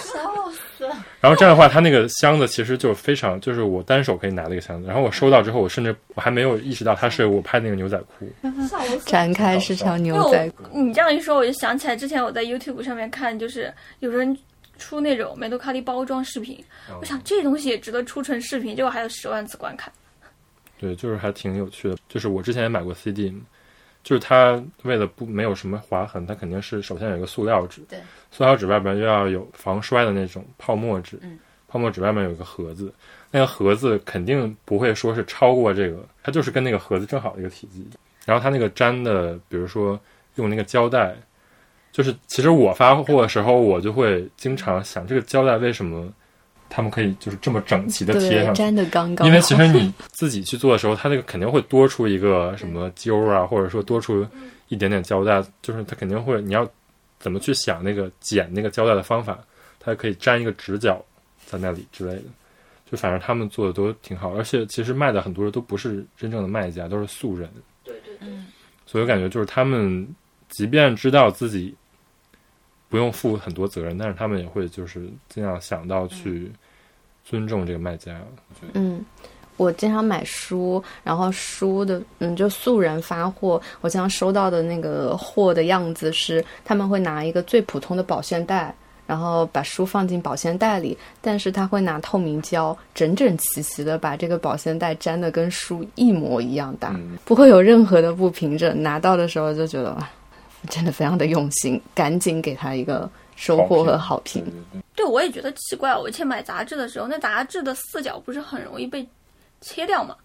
E: 死了，
C: 然后这样的话，它那个箱子其实就是非常，就是我单手可以拿的一个箱子。然后我收到之后，我甚至我还没有意识到它是我拍那个牛仔裤。
A: 笑死
B: 展开是条牛仔裤，
A: 你这样一说，我就想起来之前我在 YouTube 上面看，就是有人出那种美杜卡利包装视频，
C: 哦
A: 我想这东西也值得出成视频，结果还有十万次观看。
C: 对，就是还挺有趣的。就是我之前也买过 CD，嘛就是它为了不没有什么划痕，它肯定是首先有一个塑料纸，
E: 对，
C: 塑料纸外边又要有防摔的那种泡沫纸，
E: 嗯
C: 泡沫纸外面有一个盒子，那个盒子肯定不会说是超过这个，它就是跟那个盒子正好的一个体积。然后它那个粘的，比如说用那个胶带，就是其实我发货的时候，我就会经常想，这个胶带为什么他们可以就是这么整齐的贴
B: 对，
C: 上去？
B: 粘的刚刚好。
C: 因为其实你自己去做的时候，它那个肯定会多出一个什么揪儿啊，或者说多出一点点胶带，就是它肯定会，你要怎么去想那个剪那个胶带的方法，它可以粘一个直角在那里之类的。就反正他们做的都挺好，而且其实卖的很多都不是真正的卖家，都是素人，
A: 对对对，
E: 嗯，
C: 所以我感觉就是他们即便知道自己不用负很多责任，但是他们也会就是尽量想到去尊重这个卖家。
B: 嗯，我经常买书，然后书的嗯，就素人发货，我经常收到的那个货的样子是，他们会拿一个最普通的保鲜袋。然后把书放进保鲜袋里，但是他会拿透明胶整整齐齐的把这个保鲜袋粘的跟书一模一样大，
C: 嗯
B: 不会有任何的不平整。拿到的时候就觉得哇，真的非常的用心，赶紧给他一个收获和好评。
A: 对我也觉得奇怪。我以前买杂志的时候，那杂志的四角不是很容易被切掉嘛？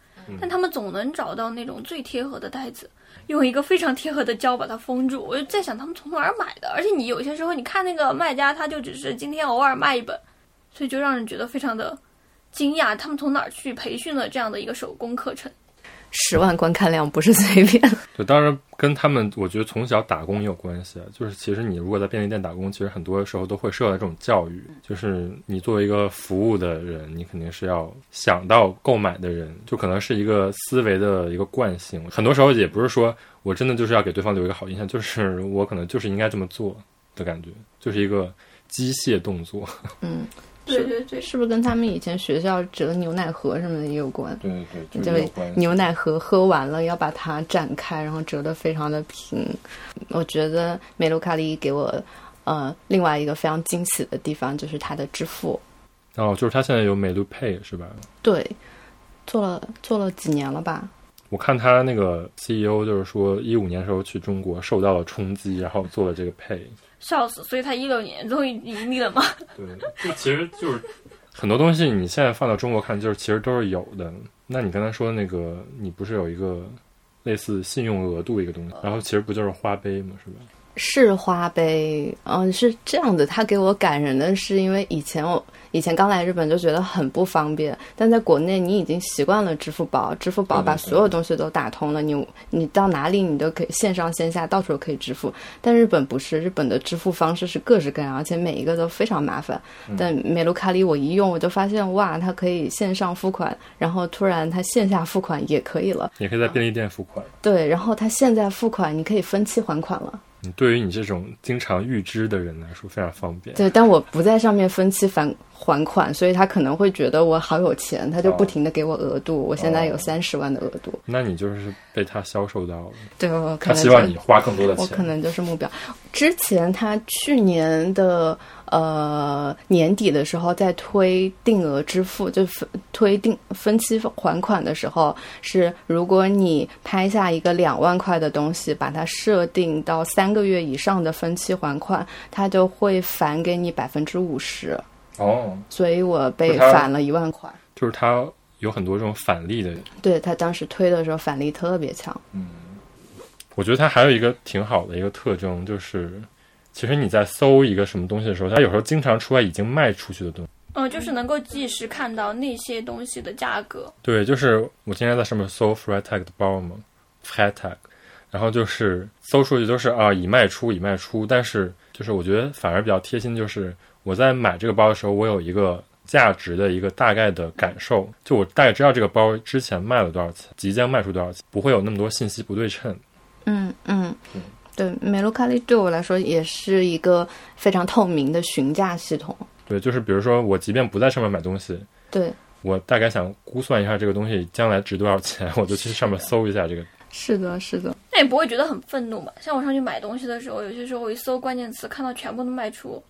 A: 但他们总能找到那种最贴合的袋子，用一个非常贴合的胶把它封住。我就在想他们从哪儿买的，而且你有些时候你看那个卖家，他就只是今天偶尔卖一本，所以就让人觉得非常的惊讶，他们从哪儿去培训了这样的一个手工课程？
B: 十万观看量不是随便的
C: 对，当然跟他们，我觉得从小打工也有关系啊。就是其实你如果在便利店打工，其实很多时候都会受到这种教育，
B: 嗯
C: 就是你作为一个服务的人，你肯定是要想到购买的人，就可能是一个思维的一个惯性。很多时候也不是说我真的就是要给对方留一个好印象，就是我可能就是应该这么做。的感觉，就是一个机械动作。
B: 嗯，
A: 对对对，
B: 是不是跟他们以前学校折牛奶盒什么的也有关？
C: 对对对，
B: 就是牛奶盒喝完了要把它展开，然后折得非常的平。我觉得梅卢卡利给我呃另外一个非常惊喜的地方就是它的支付，
C: 然哦后就是他现在有美露 Pay 是吧？
B: 对，做了做了几年了吧？
C: 我看他那个 CEO 就是说，一五年时候去中国受到了冲击，然后做了这个 Pay。
A: 笑死！所以他一六年终于盈利了嘛？
C: 对，就其实就是很多东西，你现在放到中国看，就是其实都是有的。那你刚才说的那个，你不是有一个类似信用额度一个东西，然后其实不就是花呗吗？是吧？
B: 是花呗，嗯，是这样的。它给我感人的是，因为以前我以前刚来日本就觉得很不方便，但在国内你已经习惯了支付宝，支付宝
C: 对对
B: 把
C: 对
B: 所有东西都打通了，你你到哪里你都可以线上线下到处可以支付。但日本不是，日本的支付方式是各式各样，而且每一个都非常麻烦。
C: 嗯
B: 但美卢卡里我一用，我就发现哇，它可以线上付款，然后突然它线下付款也可以了，
C: 也可以在便利店付款。
B: 对，然后它现在付款你可以分期还款了。
C: 你对于你这种经常预支的人来说非常方便。
B: 对，但我不在上面分期返还款，所以他可能会觉得我好有钱，他就不停的给我额度。我现在有
C: 哦
B: 三十万的额度，
C: 那你就是被他销售到了，
B: 对我可
C: 他
B: 能
C: 希
B: 就
C: 望你花更多的
B: 我可
C: 钱。
B: 能就是目标。之前他去年的呃年底的时候，在推定额支付，就分推定分期还款的时候，是如果你拍下一个两万块的东西，把它设定到三个月以上的分期还款，他就会返给你百分之五十。
C: 哦，
B: 所以我被
C: 就他
B: 返了一万块。
C: 就是他有很多这种返利的。
B: 对他当时推的时候返利特别强，
C: 我觉得它还有一个挺好的一个特征，就是其实你在搜一个什么东西的时候，它有时候经常出来已经卖出去的东西。
A: 嗯，就是能够即时看到那些东西的价格。
C: 对，就是我今天在上面搜 Freitag 的包嘛，Freitag，然后就是搜出去都是啊已卖出已卖出，但是就是我觉得反而比较贴心，就是我在买这个包的时候，我有一个价值的一个大概的感受，就我大概知道这个包之前卖了多少钱，即将卖出多少钱，不会有那么多信息不对称。
B: 嗯嗯，对，美露卡利对我来说也是一个非常透明的询价系统。
C: 对，就是比如说我即便不在上面买东西，
B: 对，
C: 我大概想估算一下这个东西将来值多少钱，我就去上面搜一下
A: 嗯
C: 这个。
B: 是的，是的，
A: 那你不会觉得很愤怒吗？像我上去买东西的时候，有些时候我一搜关键词，看到全部都卖出，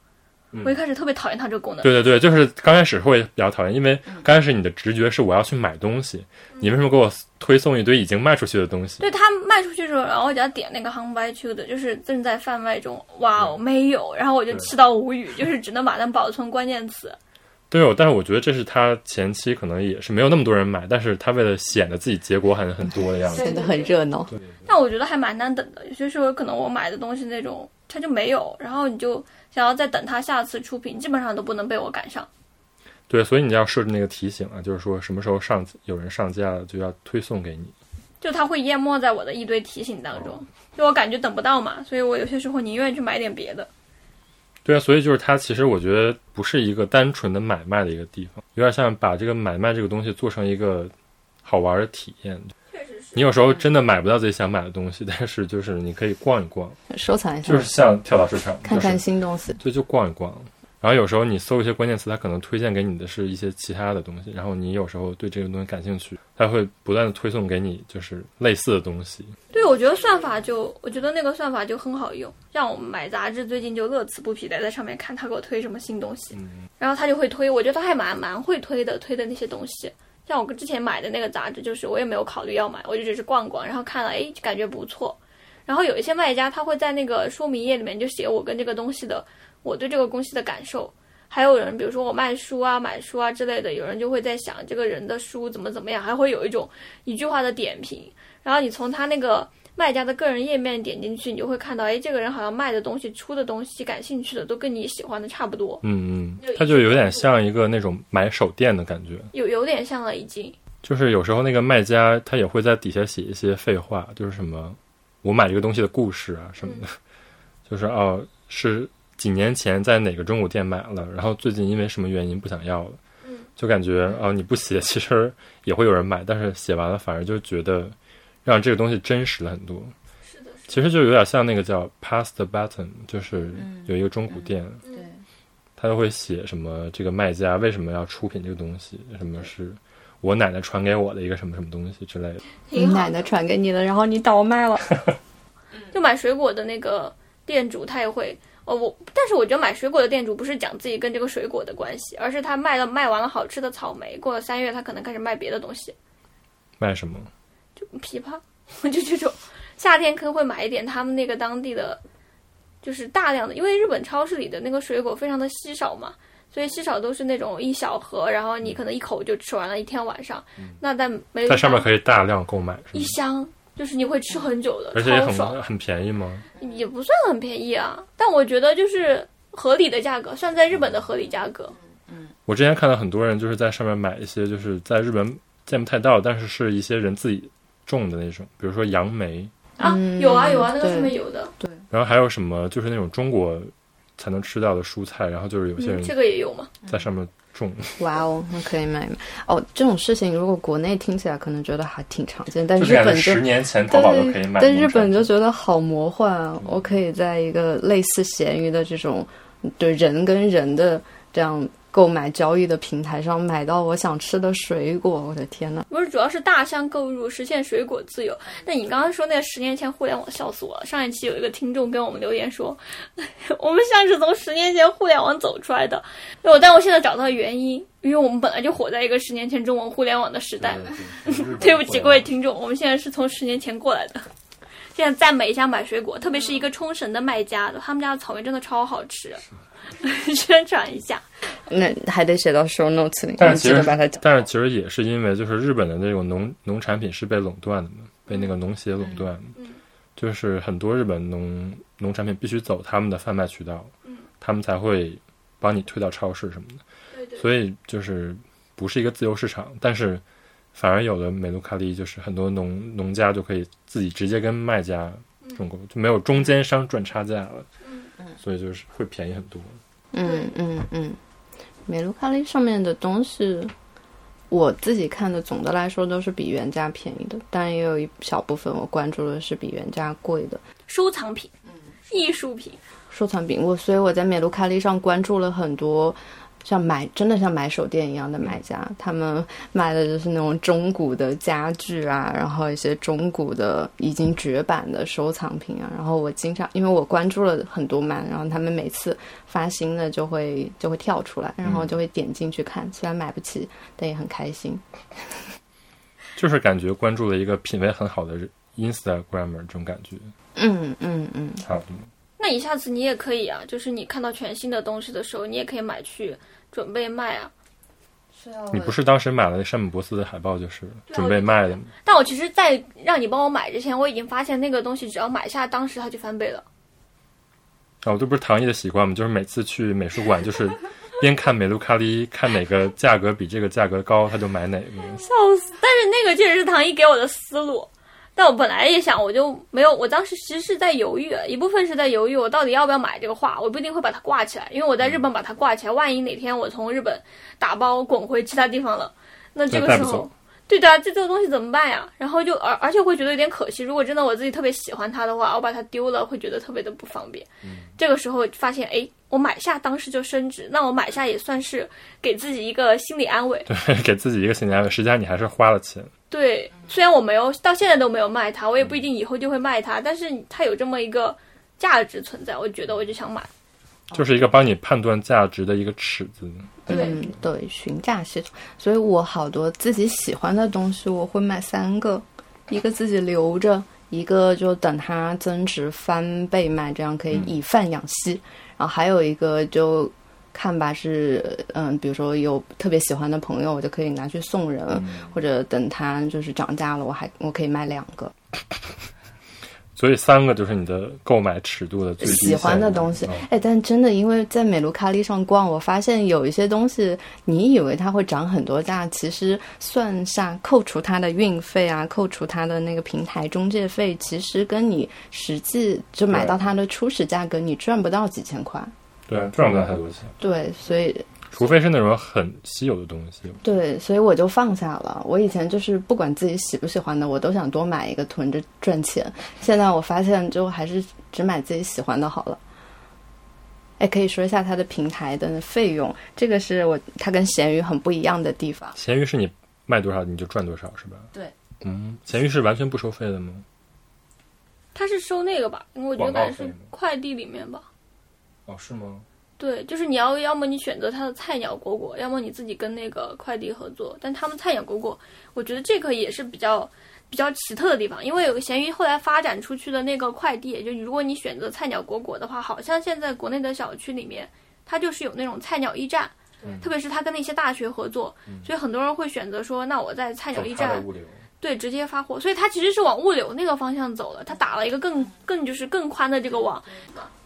A: 我一开始特别讨厌它这个功能。
C: 嗯对对对，就是刚开始会比较讨厌，因为刚开始你的直觉是我要去买东西，你为什么给我推送一堆已经卖出去的东西？
A: 嗯对它卖出去的时候，然后我给它点那个 “hung by to” 的，就是正在贩卖中。哇哦，没有，然后我就
C: 嗯对
A: 气到无语，就是只能把它保存关键词。
C: 对哦，但是我觉得这是他前期可能也是没有那么多人买，但是他为了显得自己结果很很多的样子。
A: 对
B: 显得很热闹。
A: 但我觉得还蛮难等的，有些时候可能我买的东西那种它就没有，然后你就想要再等它下次出品，基本上都不能被我赶上。
C: 对，所以你要设置那个提醒啊，就是说什么时候上有人上架了，就要推送给你。
A: 就它会淹没在我的一堆提醒当
C: 哦
A: 中，就我感觉等不到嘛，所以我有些时候宁愿去买点别的。
C: 对啊，所以就是它其实我觉得不是一个单纯的买卖的一个地方，有点像把这个买卖这个东西做成一个好玩的体验。
A: 确实是
C: 你有时候真的买不到自己想买的东西， 但是就是你可以逛一逛，
B: 收藏一下，
C: 就是像跳蚤市场，
B: 看看
C: 就是
B: 新东西。
C: 对，就逛一逛。然后有时候你搜一些关键词，它可能推荐给你的是一些其他的东西，然后你有时候对这个东西感兴趣，它会不断的推送给你就是类似的东西。
A: 对，我觉得算法就，我觉得那个算法就很好用。像我们买杂志，最近就乐此不疲的在上面看他给我推什么新东西，然后他就会推，我觉得他还蛮蛮会推的，推的那些东西。像我之前买的那个杂志，就是我也没有考虑要买，我就只是逛逛，然后看了，哎，感觉不错。然后有一些卖家他会在那个说明页里面就写我跟这个东西的，我对这个东西的感受。还有人，比如说我卖书啊、买书啊之类的，有人就会在想这个人的书怎么怎么样，还会有一种一句话的点评。然后你从他那个卖家的个人页面点进去，你就会看到，哎，这个人好像卖的东西、出的东西、感兴趣的都跟你喜欢的差不多，
C: 嗯嗯，它就有点像一个那种买手店的感觉。
A: 有有点像了已经。
C: 就是有时候那个卖家他也会在底下写一些废话，就是什么我买这个东西的故事啊什么
E: 嗯
C: 的， 就是哦是几年前在哪个中古店买了，然后最近因为什么原因不想要了，
A: 嗯
C: 就感觉
E: 嗯
C: 哦你不写其实也会有人买，但是写完了反而就觉得让这个东西真实了很多。
A: 是的，是
C: 其实就有点像那个叫 Pass the Button，就是
E: 嗯
C: 有一个中古店，
E: 对
A: 嗯，
C: 他就会写什么这个卖家为什么要出品这个东西，什么是我奶奶传给我的一个什么什么东西之类的。
B: 你
A: 挺好
B: 奶奶传给你的，然后你倒卖了。
A: 嗯就买水果的那个店主，他也会。哦，我但是我觉得买水果的店主不是讲自己跟这个水果的关系，而是他卖了卖完了好吃的草莓，过了三月他可能开始卖别的东西，
C: 卖什么？
A: 就枇杷，就这种。夏天可能会买一点他们那个当地的，就是大量的，因为日本超市里的那个水果非常的稀少嘛，所以稀少都是那种一小盒，然后你可能一口就吃完了一天晚上。那在没
C: 嗯在上面可以大量购买，是
A: 一
C: 吗？
A: 箱，就是你会吃很久的，
C: 而且也
A: 超爽
C: 很。啊很便宜吗？
A: 也不算很便宜啊，但我觉得就是合理的价格，算在日本的合理价格。
C: 我之前看到很多人就是在上面买一些就是在日本见不太到，但是是一些人自己种的那种，比如说杨梅，
A: 啊
B: 嗯，
A: 有啊有啊，那个
B: 对
A: 上面有的，
B: 对，
C: 然后还有什么就是那种中国才能吃到的蔬菜，然后就是有些
A: 嗯，这
C: 人
A: 个也有嘛。
C: 在上面种，
B: 哇哦，那可以买买哦。这种事情如果国内听起来可能觉得还挺常见，但
C: 就
B: 日
C: 是感
B: 本
C: 觉
B: 就
C: 十年前淘
B: 对，
C: 宝都可以买。
B: 但日本就觉得好魔幻啊！
C: 嗯
B: 我可以在一个类似闲鱼的这种对人跟人的这样购买交易的平台上买到我想吃的水果，我的天呐！
A: 不是，主要是大箱购入，实现水果自由。但你刚刚说那个十年前互联网，笑死我了。上一期有一个听众跟我们留言说， 我们像是从十年前互联网走出来的。我，但我现在找到原因，因为我们本来就活在一个十年前中文互联网的时代。嗯对不起各位听众，我们现在是从十年前过来的。现在赞美一下买水果，特别是一个冲绳的卖家的，他们家的草莓真的超好吃， 宣传一下。
B: 那还得写到 show notes 里，
C: 但
B: 你
C: 是其
B: 记得
C: 实
B: 把它讲。
C: 但是其实也是因为就是日本的那种农农产品是被垄断的嘛，被那个农协垄断的，就是很多日本农农产品必须走他们的贩卖渠道，
A: 嗯
C: 他们才会帮你推到超市什么的，
A: 对对，
C: 所以就是不是一个自由市场，但是反而有了美露卡利，就是很多农农家就可以自己直接跟卖家
A: 嗯
C: 种购，就没有中间商赚差价了，所以就是会便宜很多。
B: 嗯嗯嗯，美露卡利上面的东西，我自己看的总的来说都是比原价便宜的，但也有一小部分我关注的是比原价贵的。
A: 收藏品、艺术品，
B: 收藏品，我所以我在美卢卡利上关注了很多。像买真的像买手店一样的买家，他们卖的就是那种中古的家具啊，然后一些中古的已经绝版的收藏品啊。然后我经常因为我关注了很多漫，然后他们每次发新的就会就会跳出来，然后就会点进去看。虽然买不起，但也很开心。
C: 就是感觉关注了一个品味很好的人 Instagramer 这种感觉，
B: 嗯嗯嗯，
C: 差不多。
A: 那你下次你也可以啊，就是你看到全新的东西的时候，你也可以买去准备卖啊。
C: 你不是当时买了山本博斯的海报，就是
A: 对啊
C: 准备卖的吗？
A: 但我其实，在让你帮我买之前，我已经发现那个东西只要买下，当时它就翻倍了。
C: 啊，我这不是唐毅的习惯吗？就是每次去美术馆，就是边看美露卡利，看哪个价格比这个价格高，他就买哪个。
A: 笑死！但是那个确实是唐一给我的思路，但我本来也想，我就没有，我当时其实是在犹豫，一部分是在犹豫我到底要不要买这个画，我不一定会把它挂起来，因为我在日本把它挂起来，万一哪天我从日本打包滚回其他地方了， 那这
C: 那
A: 个
C: 带
A: 时
C: 不
A: 候
C: 走。
A: 对的啊，这这个东西怎么办呀？然后就而而且会觉得有点可惜，如果真的我自己特别喜欢它的话，我把它丢了会觉得特别的不方便。这个时候发现，哎，我买下当时就升值，那我买下也算是给自己一个心理安慰。
C: 对， 给自己一个心理安慰。实际上你还是花了钱，
A: 对，虽然我没有到现在都没有卖它，我也不一定以后就会卖它，但是它有这么一个价值存在，我觉得我就想买。
C: 就是一个帮你判断价值的一个尺子。
A: 对，
B: 嗯，对，询价系统。所以我好多自己喜欢的东西，我会买三个，一个自己留着，一个就等它增值翻倍卖，这样可以以贩养吸。然后还有一个就看吧是，嗯，比如说有特别喜欢的朋友，我就可以拿去送人，或者等它就是涨价了，我还我可以买两个。
C: 所以三个就是你的购买尺度的最低
B: 喜欢的
C: 限
B: 东西
C: 嗯。
B: 哎，但真的，因为在美卢卡利上逛，我发现有一些东西，你以为它会涨很多价，其实算下扣除它的运费啊，扣除它的那个平台中介费，其实跟你实际就买
C: 对
B: 到它的初始价格，你赚不到几千块。
C: 对，赚不了太多钱。
B: 对，所以
C: 除非是那种很稀有的东西。
B: 对，所以我就放下了。我以前就是不管自己喜不喜欢的，我都想多买一个囤着赚钱。现在我发现，就还是只买自己喜欢的好了。哎，可以说一下它的平台的费用，这个是我它跟闲鱼很不一样的地方。
C: 闲鱼是你卖多少你就赚多少是吧？
E: 对，
C: 嗯，闲鱼是完全不收费的吗？
A: 他是收那个吧？因为我觉得感觉
C: 广告费
A: 是
C: 吗
A: 快递里面吧。
C: 哦，是吗？
A: 对，就是你要要么你选择它的菜鸟裹裹，要么你自己跟那个快递合作。但他们菜鸟裹裹，我觉得这个也是比较比较奇特的地方，因为有个闲鱼后来发展出去的那个快递，就如果你选择菜鸟裹裹的话，好像现在国内的小区里面，它就是有那种菜鸟驿站。特别是它跟那些大学合作，所以很多人会选择说，那我在菜鸟驿站
C: 流。
A: 对，直接发货，所以它其实是往物流那个方向走了，它打了一个更更就是更宽的这个网。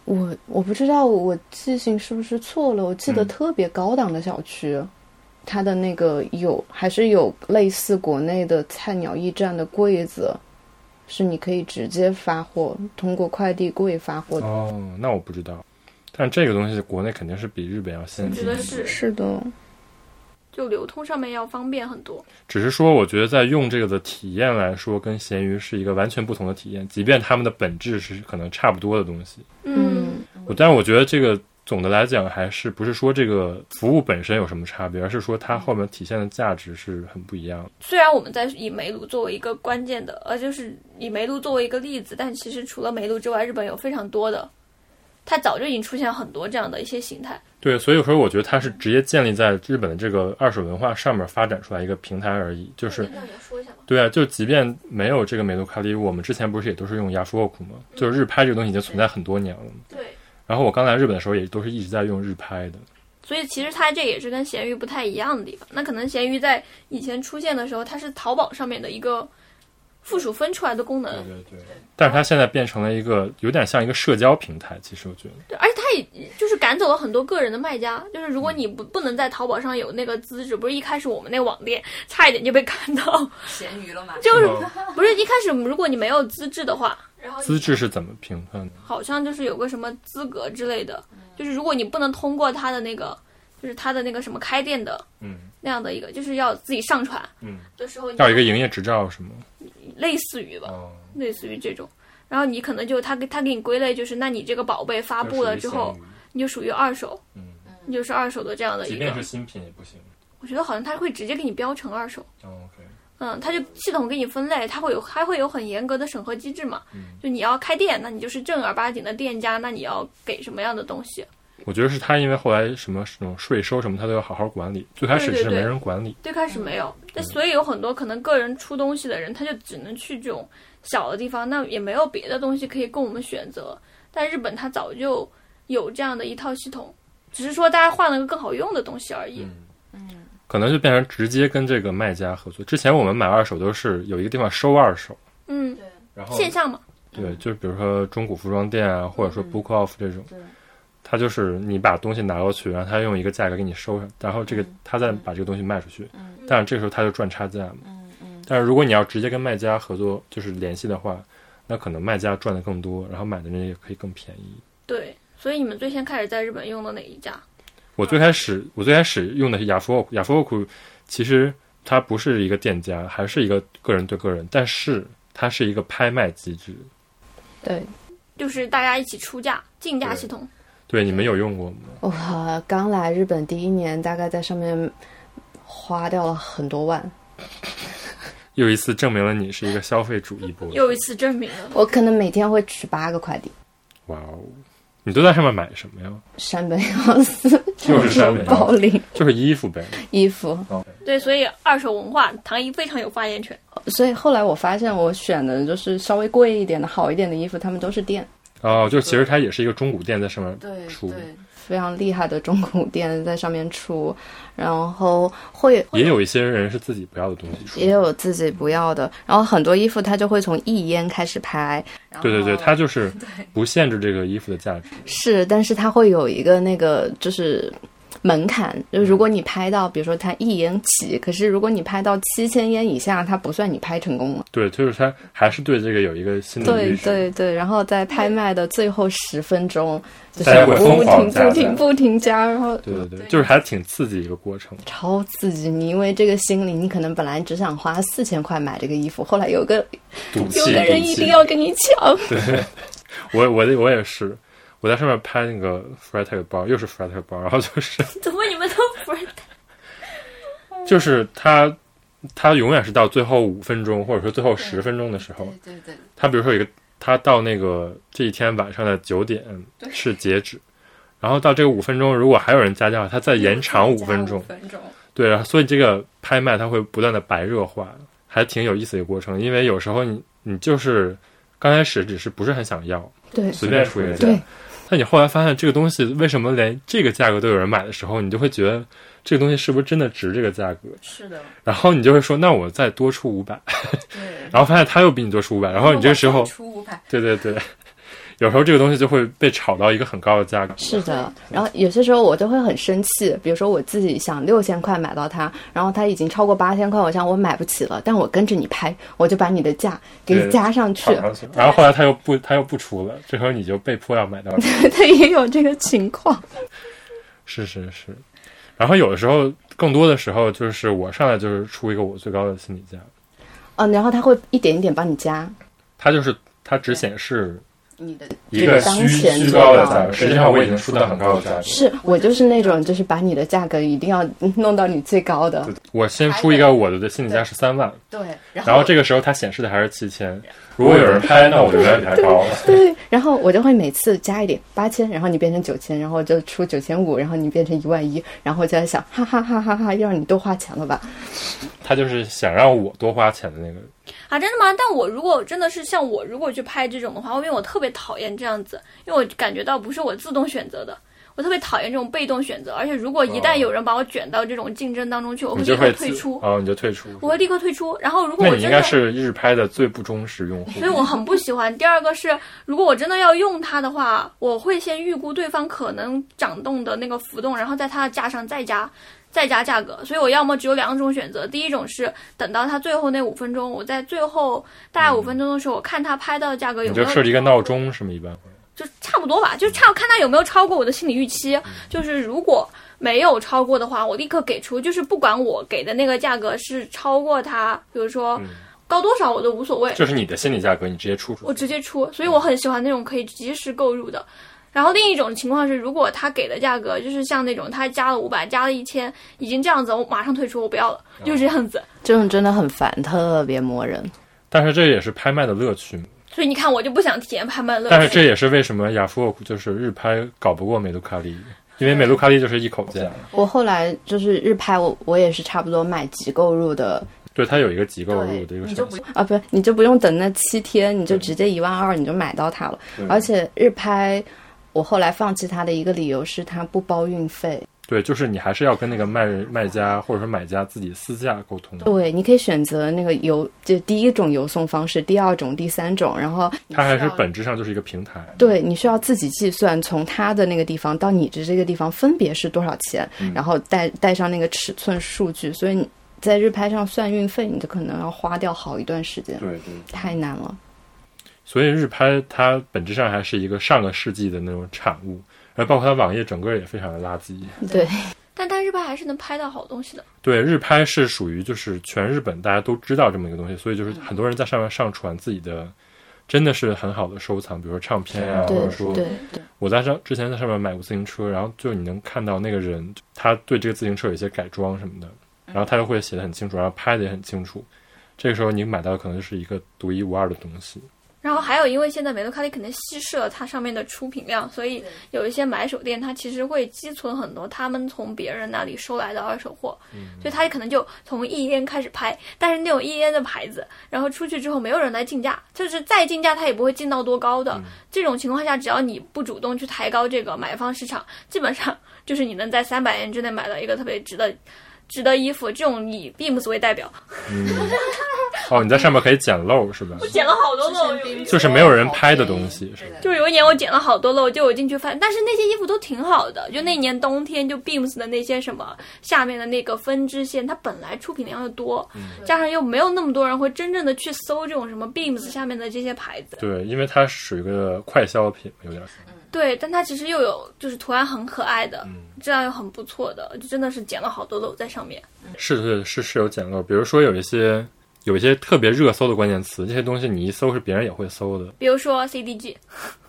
B: 我我不知道我记性是不是错了，我记得
C: 嗯
B: 特别高档的小区，它的那个有还是有类似国内的菜鸟驿站的柜子，是你可以直接发货，通过快递柜发货的。
C: 哦，那我不知道，但这个东西国内肯定是比日本要先
A: 我
C: 进
A: 觉
C: 的。
A: 得是，
B: 是的，
A: 就流通上面要方便很多。
C: 只是说，我觉得在用这个的体验来说，跟闲鱼是一个完全不同的体验，即便他们的本质是可能差不多的东西。
B: 嗯，
C: 我但是我觉得这个总的来讲，还是不是说这个服务本身有什么差别，而是说它后面体现的价值是很不一样的。
A: 虽然我们在以煤炉作为一个关键的，呃，就是以煤炉作为一个例子，但其实除了煤炉之外，日本有非常多的，它早就已经出现很多这样的一些形态。
C: 对，所以有时候我觉得它是直接建立在日本的这个二手文化上面发展出来一个平台而已，就是
A: 那你要说一下吧。
C: 对啊，就即便没有这个美杜卡利，我们之前不是也都是用 Yashoku 吗？就是日拍这个东西已经存在很多年了嘛。
A: 对，
C: 然后我刚来日本的时候也都是一直在用日拍的。
A: 所以其实它这也是跟闲鱼不太一样的地方。那可能闲鱼在以前出现的时候，它是淘宝上面的一个附属分出来的功能，
C: 对对。但是它现在变成了一个有点像一个社交平台，其实我觉得。
A: 对，而且他也就是赶走了很多个人的卖家，就是如果你不不能在淘宝上有那个资质，不是一开始我们那网店差一点就被赶到，
E: 咸鱼了嘛，
A: 就是
C: 吗
A: 不是一开始如果你没有资质的话，然后
C: 资质是怎么评判的？
A: 好像就是有个什么资格之类的，就是如果你不能通过他的那个，就是他的那个什么开店的
C: 嗯
A: 那样的一个，就是要自己上传
C: 嗯，
A: 的时候，
C: 要有一个营业执照是吗？
A: 类似于吧，
C: 哦，
A: 类似于这种。然后你可能就他给他给你归类，就是那你这个宝贝发布了之后，，你就属于二手，
C: 嗯，
A: 你就是二手的这样的一个。
C: 新品也不行。哦
A: 我觉得好像它会直接给你标成二手，
C: OK，
A: 嗯，它就系统给你分类，它会有还会有很严格的审核机制嘛。
C: 嗯
A: 就你要开店，那你就是正儿八经的店家，那你要给什么样的东西？
C: 我觉得是他因为后来什么什么税收什么，他都要好好管理。最开始
A: 对对
C: 是没
A: 对
C: 人管理，
A: 最开始没
C: 嗯
A: 有，但所以有很多可能个人出东西的人，他就只能去这种小的地方，那也没有别的东西可以供我们选择。但日本它早就有这样的一套系统，只是说大家换了个更好用的东西而已。
C: 嗯，可能就变成直接跟这个卖家合作。之前我们买二手都是有一个地方收二手，
A: 嗯，
E: 对，
C: 然
A: 线上嘛，
C: 对，就是比如说中古服装店啊，或者说 Book Off 这种，
E: 嗯对
C: 它就是你把东西拿过去，然后他用一个价格给你收上，然后这个
E: 嗯
C: 他再把这个东西卖出去，但是这个时候他就赚差价嘛。
E: 嗯嗯，
C: 但是如果你要直接跟卖家合作，就是联系的话，那可能卖家赚的更多，然后买的人也可以更便宜。
A: 对。所以你们最先开始在日本用的哪一家？
C: 我最开始我最开始用的是雅弗奥雅弗奥库，其实它不是一个店家，还是一个个人对个人，但是它是一个拍卖机制。
B: 对，
A: 就是大家一起出价竞价
C: 对
A: 系统。
C: 对，你们有用过吗？
B: 我刚来日本第一年，大概在上面花掉了很多万。
C: 又一次证明了你是一个消费主义博主。
A: 又一次证明了，
B: 我可能每天会取八个快递，
C: 哇哦，你都在上面买什么呀？
B: 山本耀 司、
C: 又是山本哦耀司
B: 宝林
C: 就是衣服呗。
B: 衣服。
A: 对，所以二手文化唐一非常有发言权。
B: 所以后来我发现，我选的就是稍微贵一点的、好一点的衣服，他们都是店，
C: 哦，就是其实它也是一个中古店在上面
E: 对
C: 出，
E: 对，
B: 非常厉害的中古店在上面出，然后会
C: 也有一些人是自己不要的东西出。
B: 也有自己不要的，然后很多衣服它就会从一烟开始拍，
E: 然后
C: 对对对，它就是不限制这个衣服的价值。
B: 是，但是它会有一个那个就是门槛，就是如果
C: 嗯
B: 你拍到，比如说它一烟起，可是如果你拍到七千烟以下，它不算你拍成功了。
C: 对，就是他还是对这个有一个新的
B: 对
C: 意识。
B: 对对，然后在拍卖的最后十分钟，就
C: 大
B: 是
C: 家会
B: 不
C: 疯狂
B: 停
C: 加
B: 不
C: 价
B: 停不停加，然后
C: 对对对，就是还挺刺激一个过程。
B: 超刺激。你因为这个心理，你可能本来只想花四千块买这个衣服，后来有个
C: 赌气，
B: 有个人
C: 赌
B: 一
C: 气
B: 定要跟你抢。
C: 我我我也是，我在上面拍那个 Freitag 包，又是 Freitag 包，然后就是
A: 怎么你们都不是？
C: 就是他他永远是到最后五分钟或者说最后十分钟的时候
E: 对，对对，
C: 他比如说有一个他到那个这一天晚上的九点
E: 对
C: 是截止，然后到这个五分钟如果还有人加价，他再延长五分钟
E: 五，分钟，
C: 对，然后所以这个拍卖它会不断的白热化，还挺有意思的一个过程，因为有时候你你就是刚开始只是不是很想要，
B: 对
C: 随便出一个价
B: 对，
C: 但你后来发现这个东西为什么连这个价格都有人买的时候，你就会觉得这个东西是不是真的值这个价格？
E: 是的，
C: 然后你就会说，那我再多出五百，
E: 对。
C: 然后发现他又比你多出五百，然后你这个时
E: 我
C: 候
E: 再，出五百，
C: 对对对，有时候这个东西就会被炒到一个很高的价格。
B: 是的，然后有些时候我就会很生气，比如说我自己想六千块买到它，然后它已经超过八千块，我想我买不起了，但我跟着你拍，我就把你的价给
C: 对
B: 你加上去
C: 炒， 上去，然后后来他又不，他又不出了，这时候你就被迫要买到这个。
B: 它也有这个情况。
C: 是是是，然后有的时候，更多的时候就是我上来就是出一个我最高的心理价，
B: 嗯，然后它会一点一点帮你加，
C: 它就是它只显示
E: 你的
C: 一个
B: 当
C: 虚
B: 前
C: 虚
B: 最
C: 高的
B: 高
C: 价格，实际上我已经出到很高的价格。
B: 是我就是那种就是把你的价格一定要弄到你最高的，
C: 我先出一个我的心理价是三万，
E: 对，然
C: 然后这
E: 个
C: 个时候它显示的还是七千。如果有人拍，那我就远比他高了。
B: 对，然后我就会每次加一点八千，然后你变成九千，然后就出九千五，然后你变成一万一，然后我就在想，哈哈哈哈哈，又让你多花钱了吧？
C: 他就是想让我多花钱的那个。
A: 啊，真的吗？但我如果真的是像我，如果去拍这种的话，因为我特别讨厌这样子，因为我感觉到不是我自动选择的，我特别讨厌这种被动选择。而且如果一旦
C: 哦
A: 有人把我卷到这种竞争当中去，我
C: 你
A: 立
C: 就
A: 刻
C: 会
A: 退
C: 自
A: 出，
C: 哦，你就退出。
A: 我会立刻退出。然后如果
C: 那
A: 我
C: 你
A: 真
C: 应该
A: 的，
C: 是日拍的最不忠实用户。
A: 所以我很不喜欢。第二个是，如果我真的要用它的话，我会先预估对方可能涨动的那个浮动，然后在它的价上再加。再加价格，所以我要么只有两种选择。第一种是等到它最后那五分钟，我在最后大概五分钟的时候，我看它拍到的价格有
C: 你
A: 没有
C: 就设置一个闹钟，是吗？一般会。
A: 就差不多吧，就差看他有没有超过我的心理预
C: 嗯
A: 期。就是如果没有超过的话，我立刻给出，就是不管我给的那个价格是超过他，比如说高多少我都无所谓，
C: 嗯就是你的心理价格，你直接出
A: 我
C: 出去。
A: 直接出。
C: 嗯
A: 所以我很喜欢那种可以及时购入的。然后另一种情况是，如果他给的价格就是像那种他加了五百，加了一千，已经这样子，我马上退出，我不要了，
C: 嗯
A: 就这样子。
B: 这种真的很烦，特别磨人。
C: 但是这也是拍卖的乐趣嘛。
A: 所以你看，我就不想体验拍卖乐趣。
C: 但是这也是为什么雅夫奥就是日拍搞不过美杜卡利，因为美杜卡利就是一口价，
B: 我后来就是日拍我，我也是差不多买即购入的
C: 对它有一个即购入的一个
E: 你就
C: 选
E: 不
C: 项。
B: 啊，不，你就不用等那七天，你就直接一万二你就买到它了。而且日拍，我后来放弃它的一个理由是它不包运费。
C: 对，就是你还是要跟那个卖卖家或者说买家自己私下沟通，
B: 对，你可以选择那个邮，就第一种邮送方式，第二种、第三种，然后
C: 它还是本质上就是一个平台。
B: 啊对你需要自己计算，从他的那个地方到你的这个地方分别是多少钱，然后带带上那个尺寸数据，所以你在日拍上算运费，你就可能要花掉好一段时间，
C: 对对，
B: 太难了。
C: 所以日拍它本质上还是一个上个世纪的那种产物，而包括它网页整个也非常的垃圾。
B: 对，
A: 但它日拍还是能拍到好东西的。
C: 对，日拍是属于就是全日本大家都知道这么一个东西，所以就是很多人在上面上传自己的，真的是很好的收藏，比如说唱片啊，或
B: 对
C: 者说
B: 对
C: 我在上之前在上面买过自行车，然后就你能看到那个人他对这个自行车有一些改装什么的，然后他又会写的很清楚，然后拍的也很清楚。这个时候你买到的可能就是一个独一无二的东西，
A: 然后还有，因为现在美杜卡利可能稀释了它上面的出品量，所以有一些买手店它其实会积存很多他们从别人那里收来的二手货，所以它可能就从一烟开始拍，但是那种一烟的牌子，然后出去之后没有人来竞价，就是再竞价它也不会竞到多高的。这种情况下，只要你不主动去抬高这个买方市场，基本上就是你能在三百元之内买到一个特别值的。值得衣服，这种以 Beams 为代表，
C: 嗯，哦，你在上面可以捡漏是吧？
A: 捡了好多
E: 之
A: 漏
E: 前，冰
C: 就是没有人拍的东西是吧
A: 就是有一年我捡了好多漏，就我进去翻，但是那些衣服都挺好的。就那
C: 嗯
A: 年冬天，就 Beams 的那些什么下面的那个分支线，它本来出品量就多，
C: 嗯
A: 加上又没有那么多人会真正的去搜这种什么 Beams 下面的这些牌子。
C: 对，因为它属于个快消品，有点儿。
A: 对，但它其实又有就是图案很可爱的，
C: 嗯，
A: 质量又很不错的，就真的是捡了好多漏在上面。
C: 是是是是有捡漏，比如说有一些有一些特别热搜的关键词，这些东西你一搜是别人也会搜的。
A: 比如说 CDG，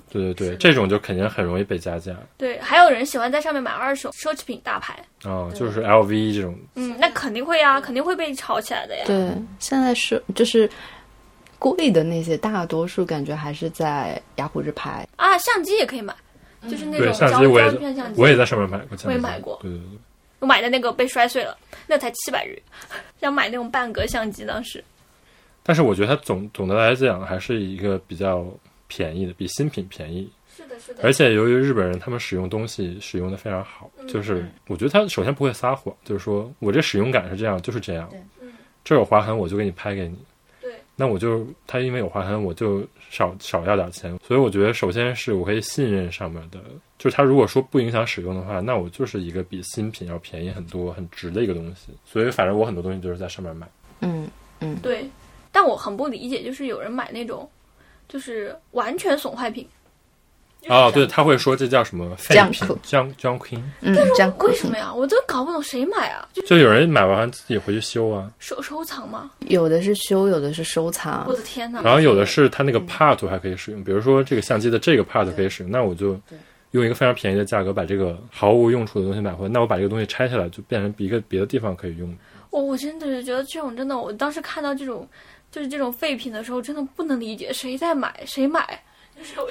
C: 对对对，这种就肯定很容易被加价
A: 对，还有人喜欢在上面买二手奢侈品大牌，
C: 啊、就是 LV 这种，
A: 嗯，那肯定会呀、肯定会被炒起来的呀。
B: 对，现在是就是贵的那些，大多数感觉还是在雅虎日拍。
A: 啊，相机也可以买，就是那种
C: 对相
A: 胶
C: 机我也
A: 胶片相机，
C: 我也在上面买过，
A: 我也买过
C: 对对对，
A: 我买的那个被摔碎了，那才七百日， 想买那种半格相机，当时
C: 但是我觉得它总总的来讲还是一个比较便宜的，比新品便宜。
A: 是的，是的
C: 而且由于日本人他们使用东西使用的非常好，
A: 嗯
C: 就是我觉得他首先不会撒谎，就是说我这使用感是这样，就是这样
E: 对
A: 嗯。
C: 这有划痕我就给你拍给你。
A: 对。
C: 那我就他因为有划痕我就少少要点钱，所以我觉得首先是我可以信任上面的，就是他如果说不影响使用的话，那我就是一个比新品要便宜很多、很值的一个东西。所以反正我很多东西就是在上面买。
B: 嗯，
A: 对，但我很不理解，就是有人买那种，就是完全损坏品，
C: 哦，对，他会说这叫什么废品
B: Junk
C: junk junk，
B: 嗯，这样
A: 为什么呀？我都搞不懂谁买啊，就
C: 就有人买完自己回去修啊。
A: 收收藏吗？
B: 有的是修，有的是收藏
A: 我。的天呐！
C: 然后有的是它那个 part 还可以使用，比如说这个相机的这个 part 可以使用，那我就用一个非常便宜的价格把这个毫无用处的东西买回来，那我把这个东西拆下来就变成一个别的地方可以用。
A: 我我真的是觉得这种真的，我当时看到这种就是这种废品的时候，真的不能理解谁在买，谁买，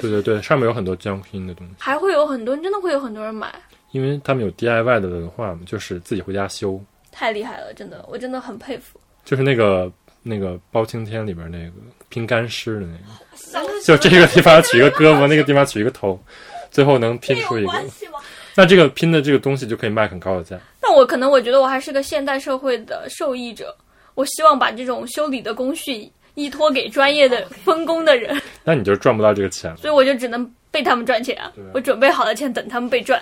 C: 对对对，上面有很多 junk in 的东西，
A: 还会有很多真的会有很多人买，
C: 因为他们有 DIY 的文化嘛，就是自己回家修，
A: 太厉害了，真的，我真的很佩服。
C: 就是那个那个包青天里边那个拼干尸的那个，
A: 就
C: 就这个地方取一个胳膊，那个地方取一个头，最后能拼出一个。
A: 系吗？
C: 那这个拼的这个东西就可以卖很高的价。
A: 那我可能我觉得我还是个现代社会的受益者，我希望把这种修理的工序依托给专业
B: 哦
A: 的分工的人，
C: 那你就赚不到这个钱了。
A: 所以我就只能被他们赚钱啊
C: 对啊！
A: 我准备好了钱等他们被赚。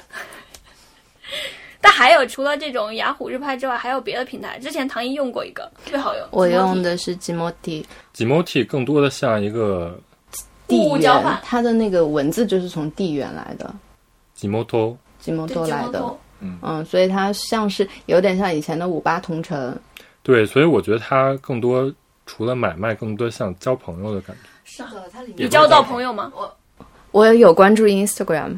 A: 但还有除了这种雅虎日拍之外，还有别的平台。之前唐一用过一个，特别好用。
B: 我用
A: 的
B: 的是 Gmoti
C: Gmoti 更多的像一个
A: 物
B: 地
A: 物交
B: 缘
A: 换，
B: 它的那个文字就是从地缘来的
C: Gmoto，
B: ，Gmoto 来的。
C: 嗯
B: 嗯，所以它像是有点像以前的五八同城，
C: 对，所以我觉得它更多除了买卖，更多像交朋友的感觉。
E: 是的，它里面
A: 你交到朋友吗？
B: 我也有关注 Instagram，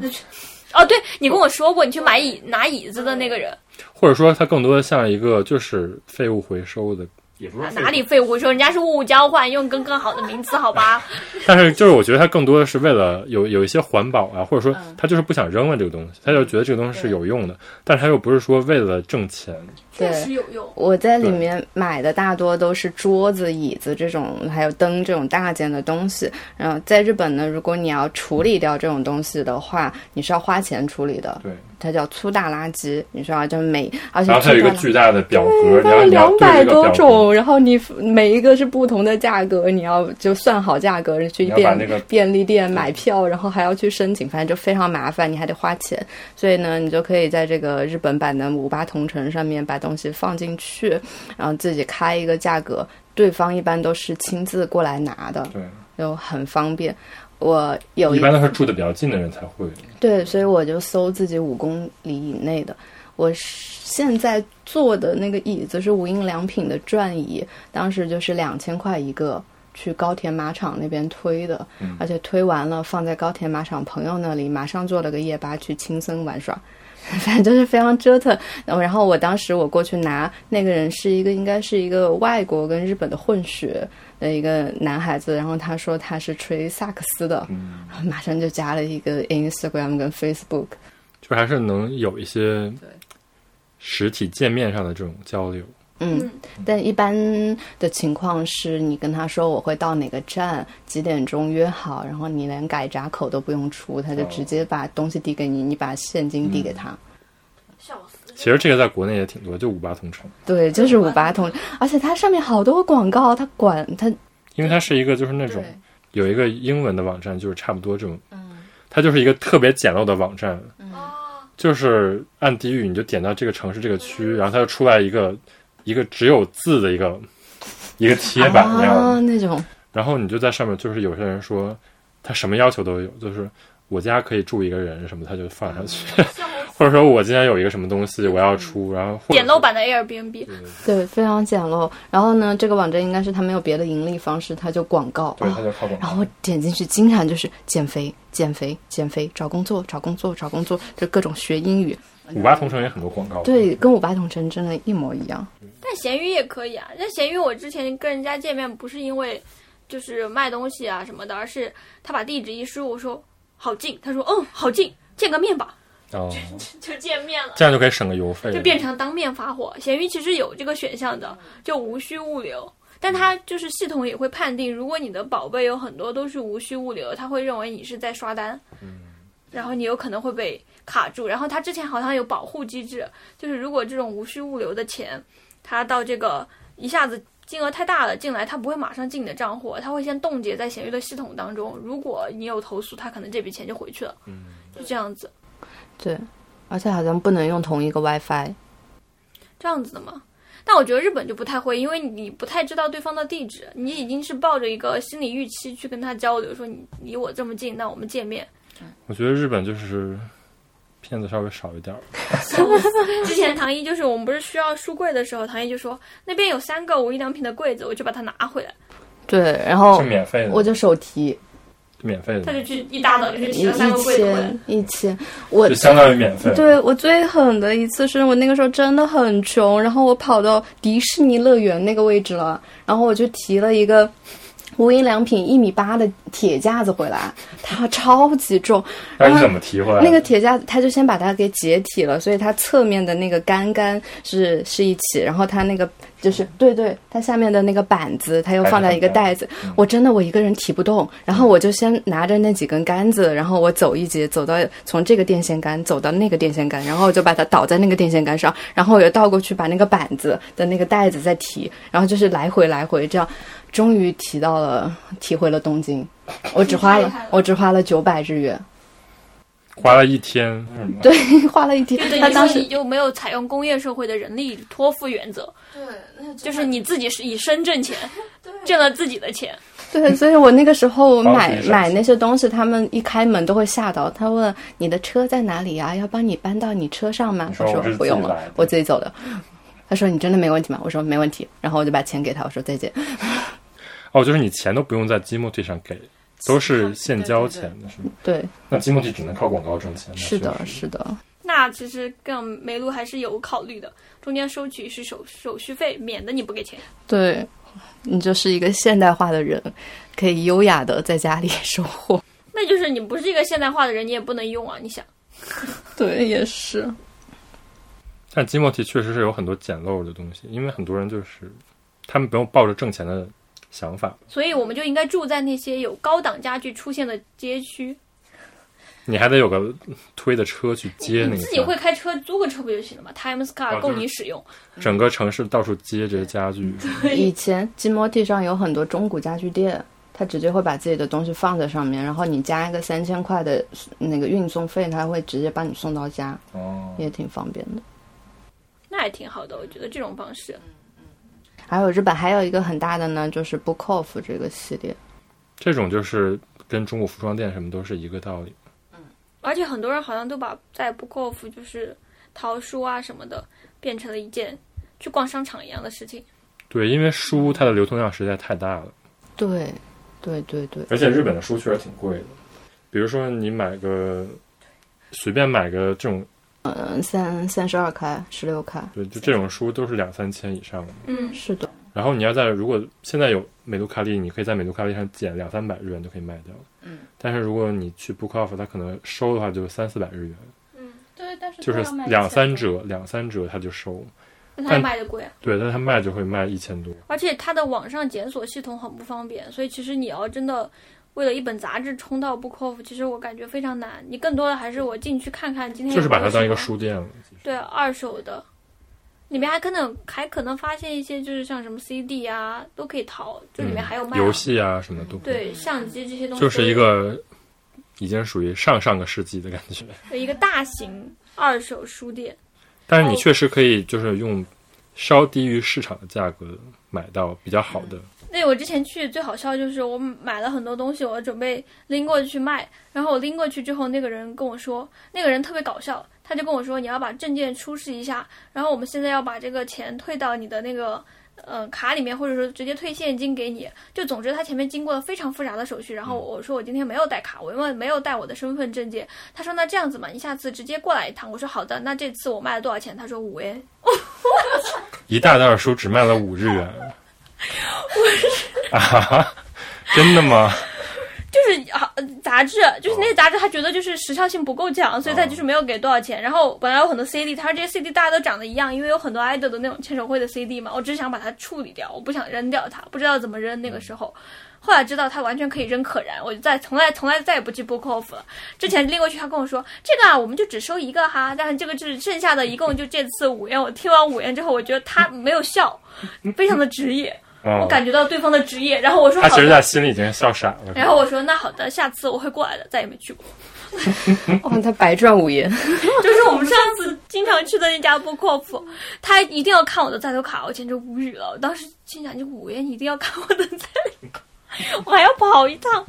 A: 哦，对你跟我说过，你去买椅拿椅子的那个人，
C: 或者说它更多的像一个就是废物回收的，也不
A: 哪里废物？说人家是物物交换，用更更好的名词，好吧？
C: 但是就是我觉得它更多的是为了有有一些环保啊，或者说
B: 嗯
C: 他就是不想扔了这个东西，他就觉得这个东西是有用的，但是他又不是说为了挣钱。
A: 确
B: 对
A: 实有用。
B: 我在里面买的大多都是桌子、椅子这种，还有灯这种大件的东西。然后在日本呢，如果你要处理掉这种东西的话，你是要花钱处理的，
C: 对，
B: 它叫粗大垃圾。你知道，就每而且
C: 然后它有一个巨大的表格，然后你要
B: 两
C: 对
B: 百
C: 这个
B: 多
C: 表格。
B: 种，然后你每一个是不同的价格，你要就算好价格去
C: 你要把
B: 便
C: 那个
B: 便利店买票，然后还要去申请，反正就非常麻烦，你还得花钱。所以呢，你就可以在这个日本版的五八同城上面把东西放进去，然后自己开一个价格，对方一般都是亲自过来拿的，
C: 对，
B: 就很方便。我有
C: 一
B: 一
C: 般都是住的比较近的人才会。
B: 对，所以我就搜自己五公里以内的。我现在坐的那个椅子是无印良品的转椅，当时就是两千块一个，去高铁马场那边推的，而且推完了放在高铁马场朋友那里，马上做了个夜吧去青森玩耍， 反正就是非常折腾。然后我当时我过去拿那个人是一个应该是一个外国跟日本的混血的一个男孩子，然后他说他是吹萨克斯的，马上就加了一个 Instagram 跟 Facebook。
C: 就还是能有一些实体界面上的这种交流。
B: 嗯，但一般的情况是你跟他说我会到哪个站，几点钟约好，然后你连改闸口都不用出，他就
C: 哦嗯
B: 直接把东西递给你，你把现金递给他。
A: 笑死！
C: 其实这个在国内也挺多，就五八同城，
B: 对，就是五八同，而且它上面好多广告，它管它
C: 因为它是一个就是那种
E: 对
C: 有一个英文的网站，就是差不多这种，
E: 嗯
C: 它就是一个特别简陋的网站，
E: 嗯
A: 哦，
C: 就是按地域你就点到这个城市这个
E: 嗯
C: 区，然后它就出来一个一个只有字的一个一个贴板一样的
E: 哦
B: 啊那种，
C: 然后你就在上面，就是有些人说他什么要求都有，就是我家可以住一个人什么，他就放上去，或者说我今天有一个什么东西我要
B: 嗯
C: 出，然后或者
A: 简陋版的 Airbnb，
C: 对，
B: 对，非常简陋。然后呢，这个网站应该是它没有别的盈利方式，它就广告
C: 对，
B: 啊
C: 他就靠广
B: 然
C: 告。
B: 后我点进去，经常就是减肥、减肥、减肥，找工作、找工作、找工作，就各种学英语。
C: 五八同城也很多广告，
B: 对，跟五八同城真的一模一样。
A: 但闲鱼也可以啊。但闲鱼我之前跟人家见面不是因为就是卖东西啊什么的，而是他把地址一输，我说好近，他说嗯好近，见个面吧，
C: 哦，
A: 就见面了。
C: 这样就可以省个邮费，
A: 就变成当面发货。闲鱼其实有这个选项的，就无需物流，但它就是系统也会判定，如果你的宝贝有很多都是无需物流，它会认为你是在刷单，然后你有可能会被卡住。然后它之前好像有保护机制，就是如果这种无需物流的钱，它到这个一下子。金额太大了，进来它不会马上进你的账户，它会先冻结在闲鱼的系统当中。如果你有投诉，它可能这笔钱就回去了，就这样子，
B: 对，而且好像不能用同一个 WiFi。
A: 这样子的吗？但我觉得日本就不太会，因为你不太知道对方的地址，你已经是抱着一个心理预期去跟他交流，说你离我这么近，那我们见面。
C: 我觉得日本就是骗子稍微少一点儿，
A: 之前唐一就是我们不是需要书柜的时候，唐一就说那边有三个无印良品的柜子，我就把它拿回来，
B: 对，然后
C: 是免费的，
B: 哦我就手提
C: 免费
A: 他
C: 的，
A: 就去一大早就去
B: 一
A: 提了三
B: 一
A: 个柜子回来
B: 千。一千，我
C: 就相当于免费。
B: 对我最狠的一次是我那个时候真的很穷，然后我跑到迪士尼乐园那个位置了，然后我就提了一个无印良品一米八的铁架子回来，它超级重，
C: 那你怎么提回来？
B: 那个铁架，它就先把它给解体了，所以它侧面的那个杆杆是是一起，然后它那个就是对对，它下面的那个板子，它又放在一个袋子。我真的我一个人提不动，然后我就先拿着那几根杆子，然后我走一节，走到从这个电线杆走到那个电线杆，然后我就把它倒在那个电线杆上，然后我又倒过去把那个板子的那个袋子再提，然后就是来回来回这样，终于提到了，提回了东京。我只花
A: 太
B: 了
A: 厉害了，
B: 我只花了九百日元，
C: 花了一天，
B: 对， 花了一天
A: 就。等
B: 他
A: 于
B: 当
A: 说
B: 时
A: 你就没有采用工业社会的人力托付原则，
E: 对，那
A: 就是你自己是以身挣钱，
E: 对
A: 挣了自己的钱。
B: 对，所以我那个时候
C: 帮
B: 买
C: 自己省钱
B: 买那些东西，他们一开门都会吓到，他问你的车在哪里啊？要帮你搬到你车上吗
C: 你？说
B: 我
C: 我是
B: 不用
C: 自己
B: 了
C: 来的，
B: 我自己走的。他说你真的没问题吗？我说没问题，然后我就把钱给他，我说再见。
C: 哦，就是你钱都不用在积木地上给，都是现交钱的，是吗？
B: 对，
C: 那积木地只能靠广告挣钱。那
B: 是的，
C: 确实
B: 是的，
A: 那其实跟梅露还是有考虑的，中间收取是手手续费，免得你不给钱。
B: 对，你就是一个现代化的人，可以优雅的在家里 收获。
A: 那就是你不是一个现代化的人，你也不能用啊！你想，
B: 对，也是。
C: 但积木题确实是有很多简陋的东西，因为很多人就是他们不用抱着挣钱的想法。
A: 所以我们就应该住在那些有高档家具出现的街区。
C: 你还得有个推的车去接
A: 你
C: 那个家，
A: 嗯自己会开车，租个车不就行了吗？Times
C: 啊就
A: Car
C: 是
A: 够你使用。
C: 整个城市到处接这些家具，
B: 以前金摩地上有很多中古家具店，他直接会把自己的东西放在上面，然后你加一个三千块的那个运送费，他会直接帮你送到家，
A: 嗯
C: 哦，
B: 也挺方便的。
A: 那也挺好的，我觉得这种方式。
B: 还有日本还有一个很大的呢，就是 Book Off 这个系列，
C: 这种就是跟中国服装店什么都是一个道理。
A: 而且很多人好像都把在 Book Off 就是淘书啊什么的，变成了一件去逛商场一样的事情。
C: 对，因为书它的流通量实在太大了，
B: 对，对对对，
C: 而且日本的书确实挺贵的。比如说你买个随便买个这种，
B: 嗯，三三十二开，十六开，
C: 对，就这种书都是两三千以上的。
A: 嗯，
B: 是的，
C: 然后你要在如果现在有美杜卡利，你可以在美杜卡利上减两三百日元就可以卖掉了。
E: 嗯，
C: 但是如果你去 Book Off，它可能收的话就三四百日元，
E: 对，但是
C: 就是
E: 都要卖
C: 两三
E: 钱
C: 折，两三折它就收。
A: 那它
C: 但
A: 卖的贵啊。
C: 对，但它卖就会卖一千多。
A: 而且它的网上检索系统很不方便，所以其实你要真的为了一本杂志冲到 Book Off，其实我感觉非常难。你更多的还是我进去看看今天有
C: 就是把
A: 没有
C: 它当一个
A: 什么
C: 书店了。
A: 对啊二手的，里面还可能还可能发现一些就是像什么 CD 啊，都可以淘，就里面
C: 嗯
A: 还有卖、
C: 游戏啊什么都可以
A: 对相机这些东西都有，
C: 就是一个已经属于上上个世纪的感觉。
A: 有一个大型二手书店。
C: 但是你确实可以就是用稍低于市场的价格买到比较好的，
A: 那我之前去最好笑就是我买了很多东西，我准备拎过去卖，然后我拎过去之后，那个人跟我说，那个人特别搞笑，他就跟我说你要把证件出示一下，然后我们现在要把这个钱退到你的那个呃卡里面，或者说直接退现金给你。就总之他前面经过了非常复杂的手续，然后我说我今天没有带卡，我因为没有带我的身份证件，他说那这样子嘛，你下次直接过来一趟。我说好的，那这次我卖了多少钱？他说五元。
C: 一大袋书只卖了五日元。啊哈，真的吗？
A: 就是啊，呃杂志，就是那杂志，他觉得就是时效性不够强，所以他就是没有给多少钱。然后本来有很多 CD，他说这些 CD 大家都长得一样，因为有很多 idol 的那种签售会的 CD 嘛，我只想把它处理掉，我不想扔掉它，不知道怎么扔。那个时候，后来知道它完全可以扔可燃，我就再从来从来再也不去 book off 了。之前拎过去，他跟我说这个啊，我们就只收一个哈，但是这个是剩下的一共就这次五元。我听完五元之后，我觉得他没有笑，非常的职业，
C: 嗯
A: 我，感觉到对方的职业。然后我说
C: 他
A: 好的
C: 其实，在心里已经笑傻了。
A: 然后我说那好的，下次我会过来的，再也没去过。
B: 哦，他白赚五元，
A: 就是我们上次经常去的那家 b o o k o f 他一定要看我的在留卡，我简直无语了。我当时心想，就五元你一定要看我的在留卡，我还要跑一趟。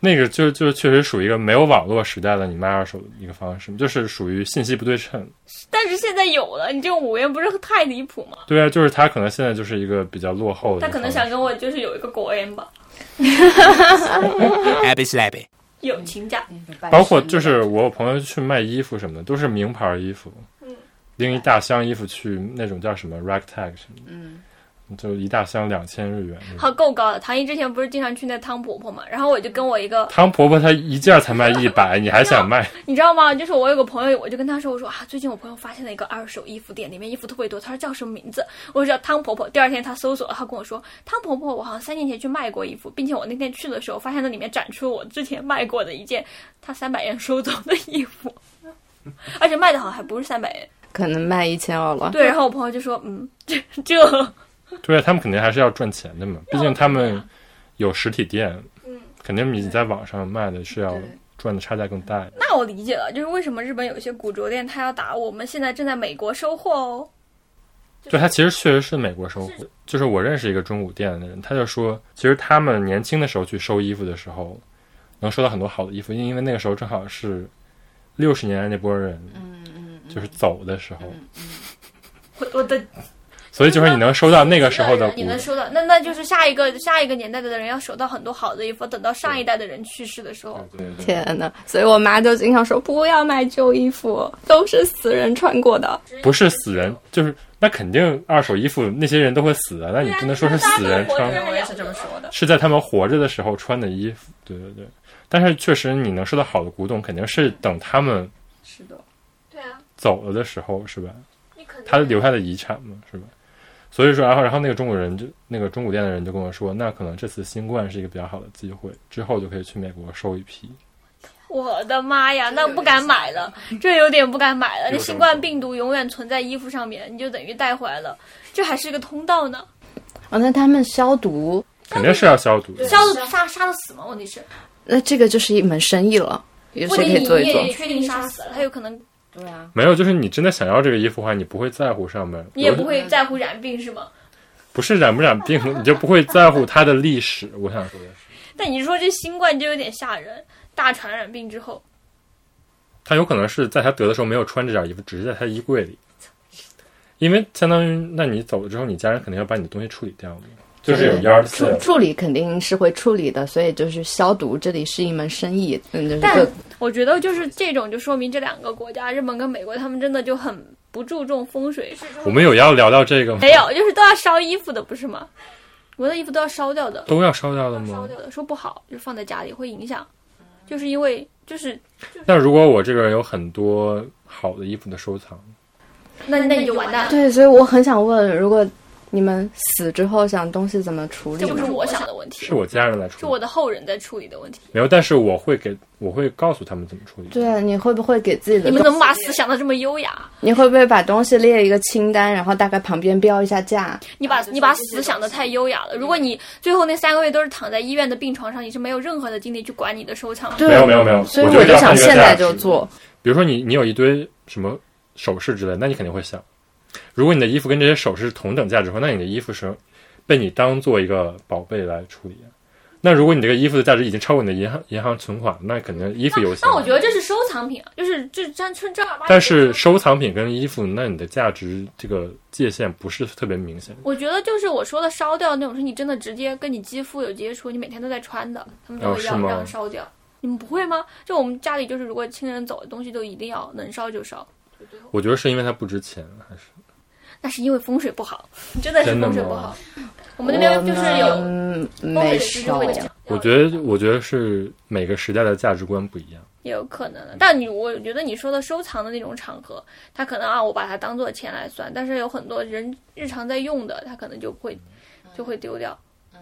C: 那个就就确实属于一个没有网络时代的你卖二手的一个方式，就是属于信息不对称。
A: 但是现在有了，你这五元不是太离谱吗？
C: 对啊，就是他可能现在就是一个比较落后的一
A: 他
C: 个方式。
A: 可能想跟我就是有一个果 M 吧，
D: Happy slappy.
A: 友情价。
C: 包括就是我有朋友去卖衣服什么的，都是名牌衣服，拎一大箱衣服去那种叫什么 ragtag 什么的，就一大箱两千日元。
A: 好，够高了。唐一之前不是经常去那汤婆婆嘛，然后我就跟我一个
C: 汤婆婆她一件儿才卖一百，你还想卖？
A: 你知道吗？就是我有个朋友，我就跟他说，我说啊，最近我朋友发现了一个二手衣服店，里面衣服特别多。他说叫什么名字？我说叫汤婆婆。第二天他搜索了，他跟我说汤婆婆，我好像三年前去卖过衣服，并且我那天去的时候发现那里面展出我之前卖过的一件他三百元收走的衣服， 而且卖的好像还不是三百元。
B: 可能卖一千二了。
A: 对，然后我朋友就说，嗯，这这
C: 对啊，他们肯定还是要赚钱 的嘛，毕竟他们有实体店，
A: 嗯
C: 肯定比你在网上卖的是要
B: 对
C: 赚的差价更大。
A: 那我理解了，就是为什么日本有一些古着店他要打我们现在正在美国收货哦。
C: 对他其实确实是美国收获，就是我认识一个中古店的人，他就说，其实他们年轻的时候去收衣服的时候，能收到很多好的衣服，因因为那个时候正好是六十年代那波人，
A: 嗯
C: 就是走的时候，
A: 我我的
C: 所以就是你能收到那个时候的
A: 你
C: 古，
A: 能收到，那那就是下一个下一个年代的人要收到很多好的衣服，等到上一代的人去世的时候，
C: 对对对，
B: 天呐，所以我妈就经常说不要买旧衣服，都是死人穿过的。
C: 不是死人，就是那肯定二手衣服那些人都会死啊的，那
A: 啊
C: 你不能说是死人穿，
A: 我也是这么说的。
C: 是在他们活着的时候穿的衣服，对对对。但是确实你能收到好的古董，肯定是等他们
B: 是的，
A: 对啊，
C: 走了的时候，是吧？
A: 你可能
C: 他留下的遗产嘛，是吧？所以说，然后然后那个中国人就那个中古店的人就跟我说，那可能这次新冠是一个比较好的机会，之后就可以去美国收一批。
A: 我的妈呀，那不敢买了，这有点不敢买了。
C: 有
A: 那
C: 点
A: 新冠病毒永远存在衣服上面，你就等于带回来了，这还是个通道呢。
B: 哦，那他们消毒，
C: 肯定是要消毒的，
A: 杀得杀杀得死吗？问题是，
B: 那这个就是一门生意了，也是
A: 或
B: 可
A: 者
B: 以
A: 你
B: 做
A: 你
B: 一做
A: 也。确定杀死了，他有可能
B: 对啊，
C: 没有，就是你真的想要这个衣服的话，你不会在乎上面，
A: 你也
C: 有
A: 不会在乎染病是吗？
C: 不是染不染病，你就不会在乎它的历史。我想说的是，
A: 但你说这新冠就有点吓人，大传染病之后，
C: 他有可能是在他得的时候没有穿这件衣服，只是在他衣柜里，因为相当于那你走了之后，你家人肯定要把你的东西处理掉嘛，就是有 yard
B: 处
C: sale。
B: 处理肯定是会处理的，所以就是消毒，这里是一门生意，嗯，就是
A: 但
B: 各
A: 我觉得就是这种，就说明这两个国家，日本跟美国，他们真的就很不注重风水。
C: 我们有要聊到这个吗？
A: 没有，就是都要烧衣服的，不是吗？我的衣服都要烧掉的，
C: 都要烧掉的吗？
A: 烧掉的，说不好就放在家里会影响，就是因为就是
C: 那如果我这个人有很多好的衣服的收藏，
A: 那那你就完蛋了。
B: 对，所以我很想问，如果你们死之后想东西怎么处理
A: 这不
B: 吗
A: 是？我想的问题，
C: 是我家人来
A: 是
C: 处
A: 我
C: 理，
A: 的后人在处理的问题。
C: 没有，但是我会给，我会告诉他们怎么处理。
B: 对，你会不会给自己的
A: 你们
B: 东
A: 怎么把死想的这么优雅？
B: 你会不会把东西列一个清单，然后大概旁边标一下价？
A: 你把
E: 就是
A: 你把
E: 这些
A: 死想的
E: 东西
A: 太优雅了。如果你最后那三个月都是躺在医院的病床上，你是没有任何的精力去管你的收藏的。
B: 对，
C: 没有没有没有，
B: 所以
C: 我
B: 我
C: 就
B: 就
C: 要
B: 想
C: 看这个
B: 现在
C: 价值
B: 就做。
C: 比如说你你有一堆什么首饰之类，那你肯定会想，如果你的衣服跟这些首饰同等价值的话，那你的衣服是被你当做一个宝贝来处理。啊那如果你这个衣服的价值已经超过你的银行银行存款，那肯定衣服优先。
A: 那我觉得这是收藏品啊，就是这这正正儿八经。
C: 但是收藏品跟衣服，那你的价值这个界限不是特别明显。
A: 我觉得就是我说的烧掉那种，是你真的直接跟你肌肤有接触，你每天都在穿的，他们就
C: 哦
A: 会
C: 是
A: 要
C: 吗
A: 让烧掉。你们不会吗？就我们家里就是，如果亲人走的东西，都一定要能烧就烧。
C: 我觉得是因为它不值钱，还是
A: 那是因为风水不好，真的是
C: 真的
A: 风水
C: 吗
A: 不好。我们那边就是有
B: 嗯
A: 风
B: 没
A: 水师就
B: 少
A: 会。讲，
C: 我觉得我觉得是每个时代的价值观不一样。
A: 也有可能的。但你我觉得你说的收藏的那种场合，他可能啊，我把它当做钱来算，但是有很多人日常在用的，他可能就会就会丢掉，
E: 嗯，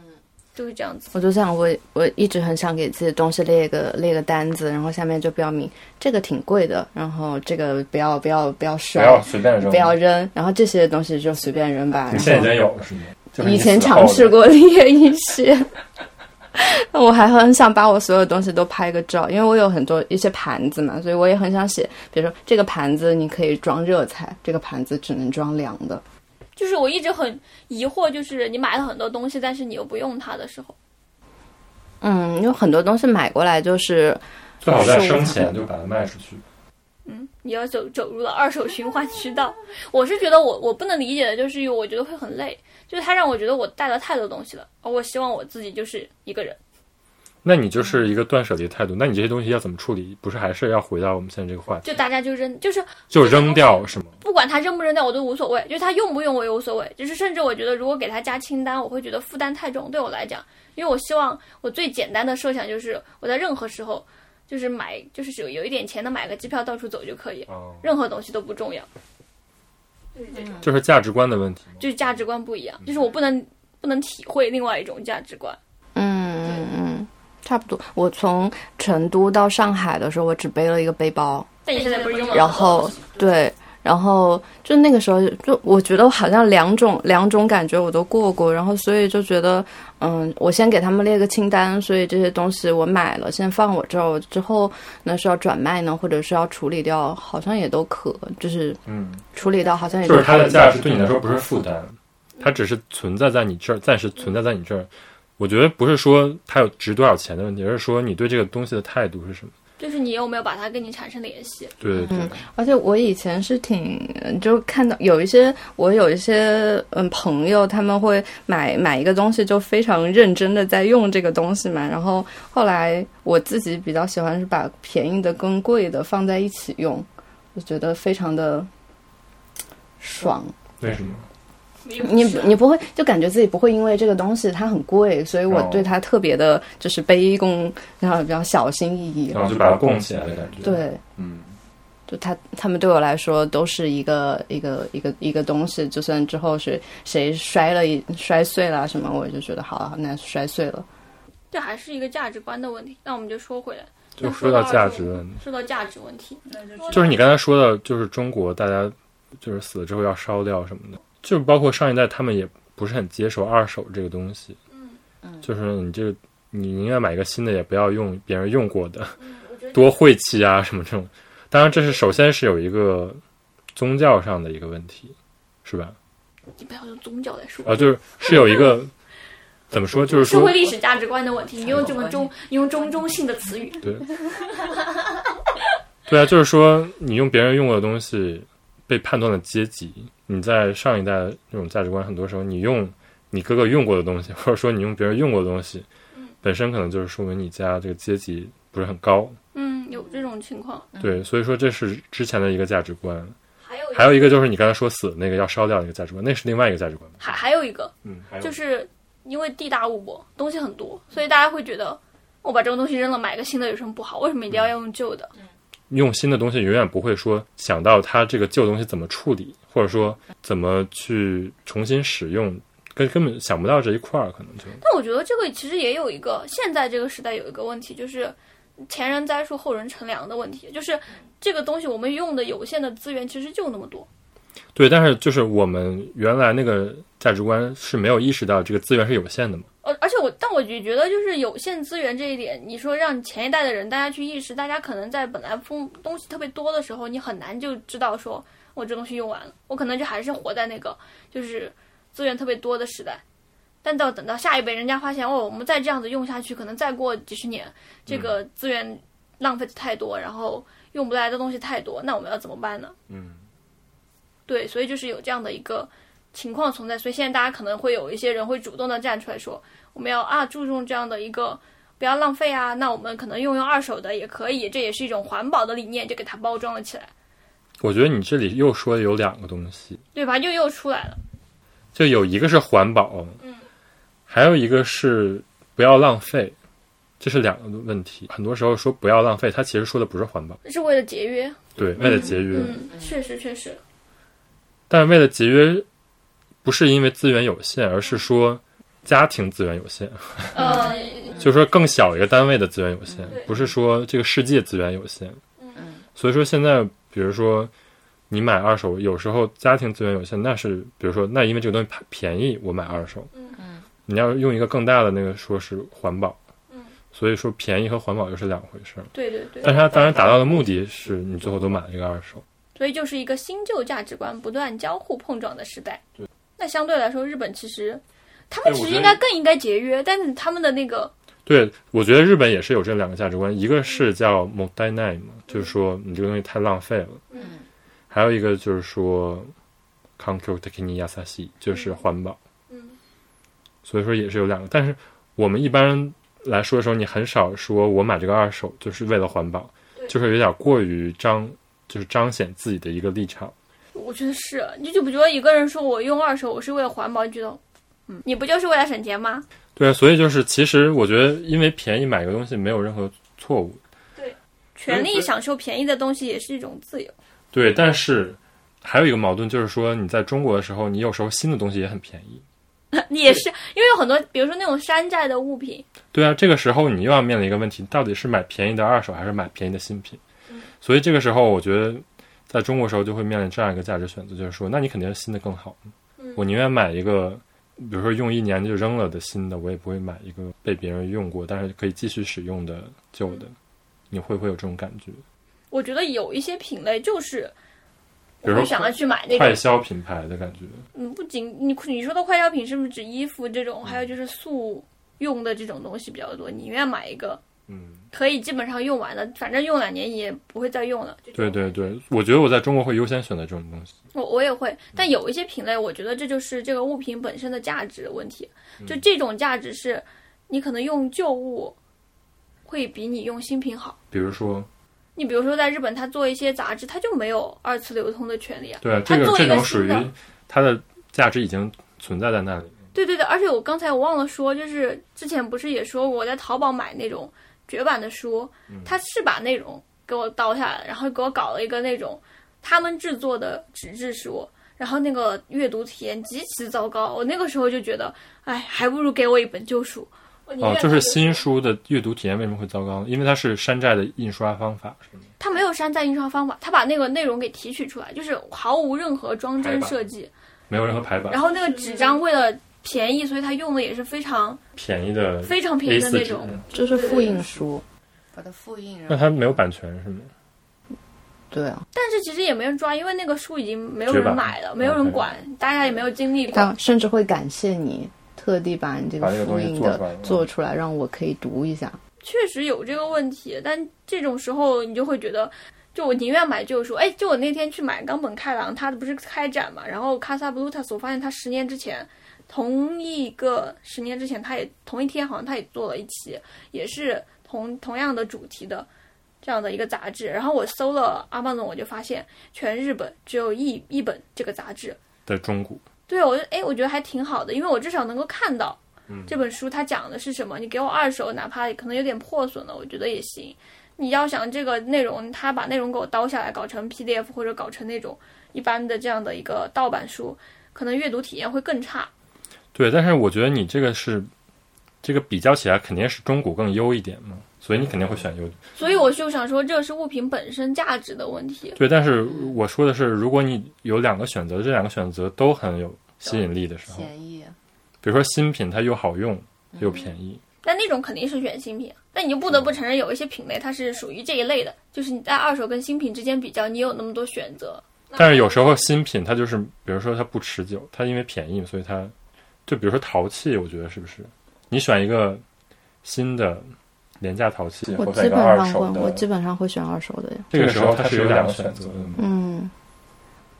A: 就会这样子。
B: 我就想，我我一直很想给自己的东西列一个列个单子，然后下面就标明这个挺贵的，然后这个不要不要不要
C: 不
B: 摔，
C: 要随便扔，
B: 不要扔，然后这些东西就随便扔吧。
C: 你
B: 然
C: 现在
B: 后
C: 已经有了是吗？就是你
B: 以前
C: 死后
B: 尝试
C: 的
B: 过列一些，我还很想把我所有东西都拍个照，因为我有很多一些盘子嘛，所以我也很想写，比如说这个盘子你可以装热菜，这个盘子只能装凉的。
A: 就是我一直很疑惑，就是你买了很多东西，但是你又不用它的时候，
B: 嗯，有很多东西买过来就是
C: 最好在生前就把它卖出去。
A: 嗯，你要走走入了二手循环渠道。我是觉得我我不能理解的就是，我觉得会很累，就是它让我觉得我带了太多东西了，而我希望我自己就是一个人。
C: 那你就是一个断舍离态度。那你这些东西要怎么处理？不是还是要回到我们现在这个话题，
A: 就大家就扔，就是
C: 就扔掉是吗？
A: 不管他扔不扔掉我都无所谓，就是他用不用我也无所谓。就是甚至我觉得，如果给他加清单，我会觉得负担太重，对我来讲，因为我希望我最简单的设想就是我在任何时候，就是买，就是只有有一点钱能买个机票到处走就可以，
C: 哦，
A: 任何东西都不重要，
E: 就是这种。
C: 就是价值观的问题。
A: 就是价值观不一样，就是我不能不能体会另外一种价值观。
B: 嗯嗯嗯，差不多。我从成都到上海的时候，我只背了一个背包，
A: 但你现在不是扔了，
B: 然后对，然后就那个时候，就我觉得我好像两种两种感觉我都过过，然后所以就觉得，嗯，我先给他们列个清单，所以这些东西我买了，先放我这儿，我之后呢是要转卖呢，或者是要处理掉，好像也都可，就是
C: 嗯，
B: 处理掉好像也
C: 就是
B: 都
C: 它
B: 可
C: 的
B: 以
C: 价值对你来说不是负担，它只是存在在你这儿，暂时存在在你这儿。我觉得不是说它有值多少钱的问题，而是说你对这个东西的态度是什么。
A: 就是你有没有把它跟你产生联系？
C: 对对对，
B: 而且我以前是挺，嗯就看到有一些我有一些嗯朋友，他们会买买一个东西就非常认真的在用这个东西嘛。然后后来我自己比较喜欢是把便宜的跟贵的放在一起用，我觉得非常的爽。
C: 为什么？
B: 你
C: 啊
A: 啊
B: 你不会就感觉自己不会因为这个东西它很贵，所以我
C: 哦
B: 对它特别的就是卑躬，然后比较小心翼翼。
C: 然后就把它供起哦来的感觉。，
B: 对，
C: 嗯，
B: 就他他们对我来说都是一个一个一个一个东西，就算之后是谁摔了一摔碎了啊什么，我就觉得好啊，那摔碎了。
A: 这还是一个价值观的问题。那我们就说回来，
C: 就说到价值问题，
A: 说到价值问题，
C: 就是你刚才说的，就是中国大家就是死了之后要烧掉什么的，就是包括上一代他们也不是很接受二手这个东西。嗯就是你这个你宁愿买一个新的，也不要用别人用过的，
A: 嗯
C: 多晦气啊什么这种。当然，这是首先是有一个宗教上的一个问题，是吧？
A: 你不要用宗教来说。
C: 啊，就是是有一个怎么说，就是
A: 社
C: 说
A: 会历史价值观的问题，你用这么中，你用中中性的词语，
C: 对， 对啊，就是说你用别人用过的东西被判断了阶级。你在上一代那种价值观，很多时候你用你哥哥用过的东西， 或者说你用别人用过的东西，本身可能就是说明你家这个阶级不是很高。
A: 嗯，有这种情况。
C: 对，所以说这是之前的一个价值观。
A: 还有
C: 还有一个就是你刚才说死那个要烧掉那个价值观，那是另外一个价值观。
A: 还还有一个，
C: 嗯，还有
A: 就是因为地大物博，东西很多，所以大家会觉得我把这个东西扔了，买个新的有什么不好？为什么一
C: 嗯
A: 定要用旧的？
C: 用新的东西，永远不会说想到它这个旧东西怎么处理，或者说怎么去重新使用根根本想不到这一块儿，可能就
A: 但我觉得这个其实也有一个现在这个时代有一个问题，就是前人栽树后人乘凉的问题，就是这个东西我们用的有限的资源其实就那么多。
C: 对。但是就是我们原来那个价值观是没有意识到这个资源是有限的嘛。
A: 呃，而且我，但我也觉得就是有限资源这一点，你说让前一代的人大家去意识，大家可能在本来风东西特别多的时候，你很难就知道说我这东西用完了，我可能就还是活在那个就是资源特别多的时代。但到等到下一辈，人家发现哦，我们再这样子用下去，可能再过几十年，这个资源浪费的太多，然后用不来的东西太多，那我们要怎么办呢？
C: 嗯，
A: 对，所以就是有这样的一个情况存在，所以现在大家可能会有一些人会主动的站出来说，我们要啊注重这样的一个不要浪费啊，那我们可能用用二手的也可以，这也是一种环保的理念，就给它包装了起来，
C: 我觉得你这里又说有两个东西，
A: 对吧？又又出来了，
C: 就有一个是环保，
A: 嗯，
C: 还有一个是不要浪费，这是两个问题。很多时候说不要浪费，它其实说的不是环保，
A: 是为了节约，
C: 对，为了节约。
A: 嗯，确实确实，
C: 但为了节约，不是因为资源有限，而是说家庭资源有限，
A: 呃，
C: 就是说更小一个单位的资源有限
A: 嗯对，
C: 不是说这个世界资源有限。
A: 嗯
C: 所以说现在，比如说你买二手，有时候家庭资源有限，那是比如说那因为这个东西便宜，我买二手。
A: 嗯
C: 嗯，你要用一个更大的那个说是环保。
A: 嗯，
C: 所以说便宜和环保又是两回事儿。
A: 对对对，
C: 但是它当然达到的目的是你最后都买了一个二手。
A: 所以就是一个新旧价值观不断交互碰撞的时代。那相对来说，日本其实他们
C: 对
A: 其
C: 我
A: 实
C: 觉得
A: 应该更应该节约，但是他们的那个
C: 对，我觉得日本也是有这两个价值观，一个
A: 嗯
C: 是叫 m o d a i n a i 嘛，就是说你这个东西太浪费了。
A: 嗯。
C: 还有一个就是说 c o n c u t e k i n i y a s a s i 就是环保。
A: 嗯
C: 所以说也是有两个。但是我们一般来说的时候，你很少说我买这个二手就是为了环保，
A: 对
C: 就是有点过于彰，就是彰显自己的一个立场。
A: 我觉得是，你就不觉得一个人说我用二手我是为了环保，你觉得，嗯，你不就是为了省钱吗？
C: 对啊，所以就是其实我觉得，因为便宜买个东西没有任何错误，
A: 权利享受便宜的东西也是一种自由。
C: 对。但是还有一个矛盾就是说，你在中国的时候，你有时候新的东西也很便宜。
A: 你也是，因为有很多，比如说那种山寨的物品，
C: 对啊，这个时候你又要面临一个问题，到底是买便宜的二手还是买便宜的新品？
A: 嗯
C: 所以这个时候，我觉得在中国时候就会面临这样一个价值选择，就是说，那你肯定是新的更好。
A: 嗯
C: 我宁愿买一个，比如说用一年就扔了的新的，我也不会买一个被别人用过但是可以继续使用的旧
A: 嗯
C: 的。你会不会有这种感觉？
A: 我觉得有一些品类就是。
C: 比
A: 我
C: 如说
A: 会想要去买那
C: 快
A: 种，
C: 消品牌的感觉，
A: 嗯，不仅你你说的快消品是不是指衣服这种，还有就是速用的这种东西比较多，你愿买一个
C: 嗯，
A: 可以基本上用完的，反正用两年也不会再用了。
C: 对对对，我觉得我在中国会优先选择这种东西。
A: 我我也会，但有一些品类，我觉得这就是这个物品本身的价值问题。就这种价值是，你可能用旧物会比你用新品好。
C: 比如说，
A: 你比如说，在日本，他做一些杂志，他就没有二次流通的权利啊。
C: 对啊
A: 它
C: 这个
A: 做一
C: 这
A: 个
C: 种属
A: 新
C: 于
A: 的哦
C: 它的价值已经存在在那里。
A: 对对对，而且我刚才我忘了说，就是之前不是也说过，我在淘宝买那种绝版的书，
C: 嗯
A: 他是把内容给我刀下来，然后给我搞了一个那种他们制作的纸质书，然后那个阅读体验极其糟糕。我那个时候就觉得，哎，还不如给我一本旧书。我宁
C: 哦
A: 愿，
C: 就是
A: 买
C: 新书的阅读体验为什么会糟糕呢？因为它是山寨的印刷方法，是吗？
A: 他没有山寨印刷方法，他把那个内容给提取出来，就是毫无任何装帧
C: 排版
A: 设计。
C: 没有任何排版
A: 然，后那个纸张为了便宜，所以他用的也是非常
C: 便宜的
A: 非常便宜
C: A
A: 的
C: 四
A: 那
C: 纸，嗯
A: 种。
B: 就是复印书，
E: 把它复印，然
C: 那
E: 后
C: 它没有版权是吗？
B: 对啊，
A: 但是其实也没人抓，因为那个书已经没有
C: 绝
A: 人
C: 版
A: 买了，没有人
C: OK
A: 管，大家也没有精力管。
B: 他甚至会感谢你特地把你这个
C: 把这个
B: 复
C: 东西
B: 印
C: 做出来
B: 的
C: 嗯
B: 做出来，让我可以读一下。
A: 确实有这个问题，但这种时候你就会觉得，就我宁愿买旧书。哎，就我那天去买冈本开朗，他不是开展嘛，然后卡萨布鲁塔斯，我发现他十年之前。同一个十年之前，他也同一天，好像他也做了一期，也是同同样的主题的这样的一个杂志。然后我搜了阿曼总，我就发现全日本只有一一本这个杂志，
C: 在中古，
A: 对，我就哎，我觉得还挺好的，因为我至少能够看到这本书它讲的是什么。你给我二手，哪怕可能有点破损了，我觉得也行。你要想这个内容，他把内容给我刀下来，搞成 PDF 或者搞成那种一般的这样的一个盗版书，可能阅读体验会更差。
C: 对，但是我觉得你这个是这个比较起来，肯定是中古更优一点嘛，所以你肯定会选优。
A: 所以我就想说，这是物品本身价值的问题。
C: 对，但是我说的是，如果你有两个选择，这两个选择都很有吸引力的时候，
B: 便宜，
E: 啊
C: 比如说新品它又好用又便宜，
A: 但那种肯定是选新品，但你就不得不承认有一些品类它是属于这一类的，就是你在二手跟新品之间比较，你有那么多选择。那
C: 但是有时候新品它就是，比如说它不持久，它因为便宜，所以它就比如说陶器，我觉得是不是？你选一个新的廉价陶器，
B: 我
C: 或者
B: 基
C: 一个
B: 本
C: 二
B: 上
C: 手
B: 会，我基
C: 的，
B: 本上会选二手的呀。
C: 这个时候它
F: 这个时候它
C: 是
F: 是
C: 有
F: 有
C: 两
F: 两
C: 个
F: 个
C: 选
F: 选
C: 择
F: 择
C: 的
F: 的。
B: 嗯，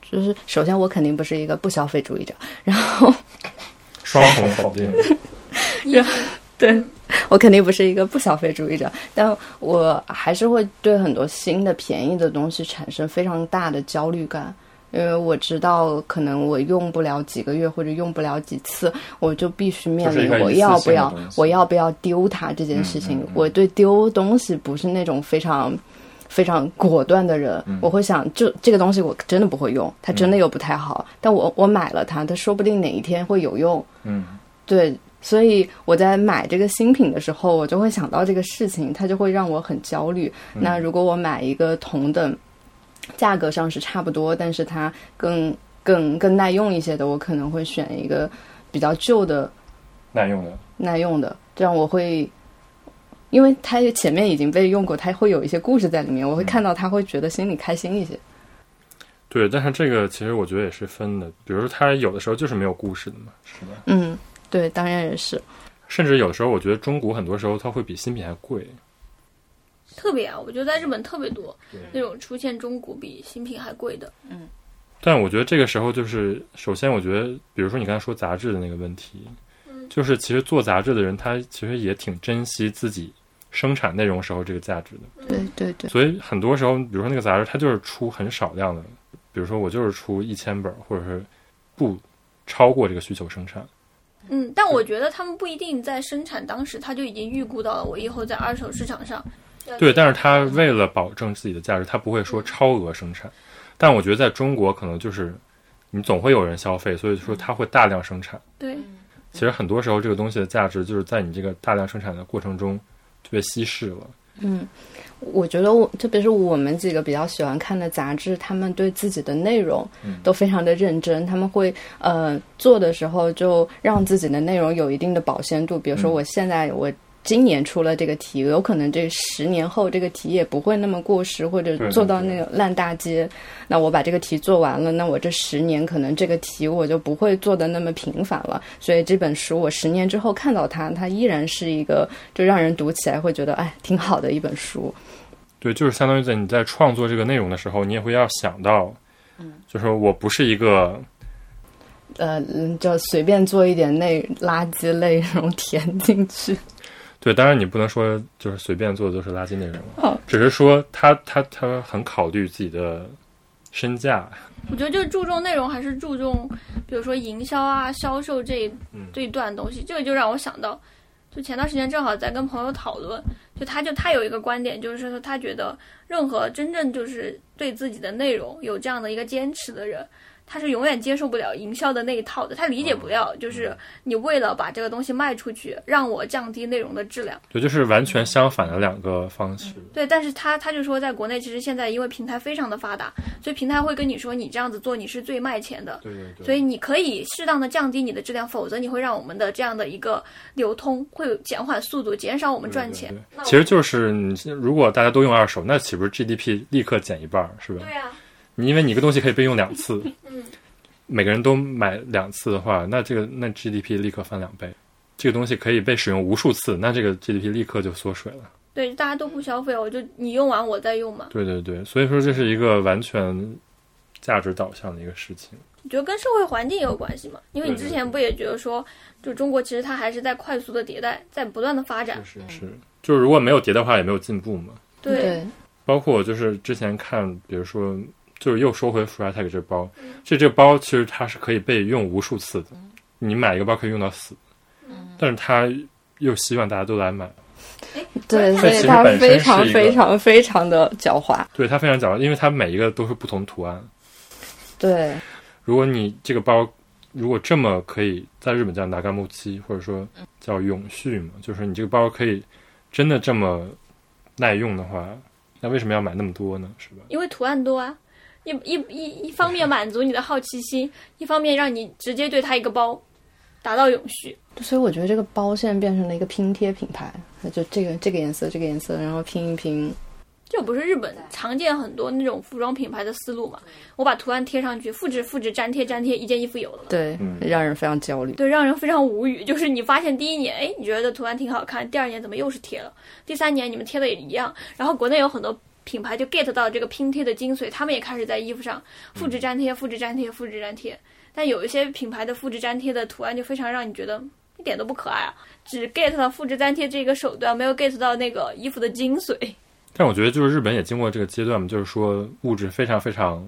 B: 就是首先我肯定不是一个不消费主义者， 然后
C: 双重否定，
B: 对我肯定不是一个不消费主义者，但我还是会对很多新的便宜的东西产生非常大的焦虑感。因为我知道，可能我用不了几个月，或者用不了几次，我就必须面
C: 就是一
B: 临
C: 个
B: 我
C: 一次性的
B: 要不要
C: 东西嗯
B: 我要不要丢它这件事情。我对丢东西不是那种非常非常果断的人，
C: 嗯
B: 我会想，就这个东西我真的不会用，它真的又不太好，但我我买了它，它说不定哪一天会有用。
F: 嗯，
B: 对，所以我在买这个新品的时候，我就会想到这个事情，它就会让我很焦虑。
C: 嗯
B: 那如果我买一个同等价格上是差不多，但是它更更更耐用一些的，我可能会选一个比较旧的
C: 耐用的。
B: 耐用的，这样我会。因为它前面已经被用过，它会有一些故事在里面，我会看到它，会觉得心里开心一些。
C: 对，但是这个其实我觉得也是分的，比如说它有的时候就是没有故事的嘛，是吧？
B: 嗯，对，当然也是。
C: 甚至有时候我觉得中古很多时候它会比新品还贵，
A: 特别啊，我觉得在日本特别多那种出现中古比新品还贵的。
C: 但我觉得这个时候就是，首先我觉得，比如说你刚才说杂志的那个问题，就是其实做杂志的人他其实也挺珍惜自己生产内容时候这个价值的，
B: 对对对，
C: 所以很多时候，比如说那个杂志，它就是出很少量的，比如说我就是出一千本，或者是不超过这个需求生产。
A: 嗯，但我觉得他们不一定在生产当时他就已经预估到了我以后在二手市场上。
C: 对，但是他为了保证自己的价值，他不会说超额生产。但我觉得在中国可能就是你总会有人消费，所以说他会大量生产。
A: 对，
C: 其实很多时候，这个东西的价值就是在你这个大量生产的过程中就被稀释了。
B: 我觉得我，特别是我们几个比较喜欢看的杂志，他们对自己的内容
C: 嗯
B: 都非常的认真，他们会呃做的时候就让自己的内容有一定的保鲜度。比如说，
C: 嗯
B: 我现在我今年出了这个题，有可能这十年后这个题也不会那么过时，或者
C: 对
B: 做到那个烂大街。那我把这个题做完了，那我这十年可能这个题我就不会做的那么频繁了。所以这本书我十年之后看到它，它依然是一个就让人读起来会觉得哎挺好的一本书。
C: 对，就是相当于在你在创作这个内容的时候，你也会要想到，
A: 嗯
C: 就是我不是一个
B: 呃，嗯就随便做一点内垃圾内容填进去。
C: 对，当然你不能说就是随便做的都是垃圾内容了，
B: 哦
C: 只是说他他他很考虑自己的身价。
A: 我觉得就注重内容还是注重，比如说营销啊、销售这一这一段东西。这个就让我想到，就前段时间正好在跟朋友讨论，就他就他有一个观点，就是说他觉得任何真正就是对自己的内容有这样的一个坚持的人。他是永远接受不了营销的那一套的，他理解不了，就是你为了把这个东西卖出去，让我降低内容的质量。
C: 对，就是完全相反的两个方式。
A: 对，但是他他就说，在国内其实现在因为平台非常的发达，所以平台会跟你说，你这样子做你是最卖钱的，
C: 对对对。
A: 所以你可以适当的降低你的质量，否则你会让我们的这样的一个流通会有减缓速度，减少我们赚钱。
C: 对对其实就是你如果大家都用二手，那岂不是 GDP 立刻减一半儿，是吧？
A: 对啊，
C: 你因为你一个东西可以被用两次，
A: 嗯，
C: 每个人都买两次的话，那这个那 GDP 立刻翻两倍。这个东西可以被使用无数次，那这个 GDP 立刻就缩水了。
A: 对，大家都不消费，我就你用完我再用嘛。
C: 对对对，所以说这是一个完全价值导向的一个事情。
A: 你觉得跟社会环境也有关系吗？因为你之前不也觉得说，就中国其实它还是在快速的迭代，在不断的发展。
C: 是是，就是如果没有迭代的话，也没有进步嘛。
A: 对，
C: 包括就是之前看，比如说，就是又说回 Freitag 这包，这这包其实它是可以被用无数次的，你买一个包可以用到死，但是它又希望大家都来买，
B: 对，
A: 它
B: 所
C: 其
B: 以
C: 实
B: 它
C: 本身
B: 非常
C: 是一个
B: 非常非常的狡猾。
C: 对它非常讲究，因为它每一个都是不同图案。
B: 对，
C: 如果你这个包如果这么可以在日本叫拿干木漆，或者说叫永续嘛，就是你这个包可以真的这么耐用的话，那为什么要买那么多呢？是吧？
A: 因为图案多啊，一一一一方面满足你的好奇心，一方面让你直接对它一个包达到永续。
B: 所以我觉得这个包现在变成了一个拼贴品牌，那就这个这个颜色这个颜色，然后拼一拼。
A: 这不是日本常见很多那种服装品牌的思路嘛？我把图案贴上去，复制复制，粘贴粘贴，一件衣服有了。
B: 对，
C: 嗯
B: 让人非常焦虑。
A: 对，让人非常无语。就是你发现第一年，哎，你觉得图案挺好看，第二年怎么又是贴了？第三年你们贴的也一样。然后国内有很多品牌就 get 到这个拼贴的精髓，他们也开始在衣服上复制粘贴、复制粘贴、复制粘贴。但有一些品牌的复制粘贴的图案就非常让你觉得一点都不可爱啊，只 get 到复制粘贴这个手段，没有 get 到那个衣服的精髓。
C: 但我觉得就是日本也经过这个阶段嘛，就是说物质非常非常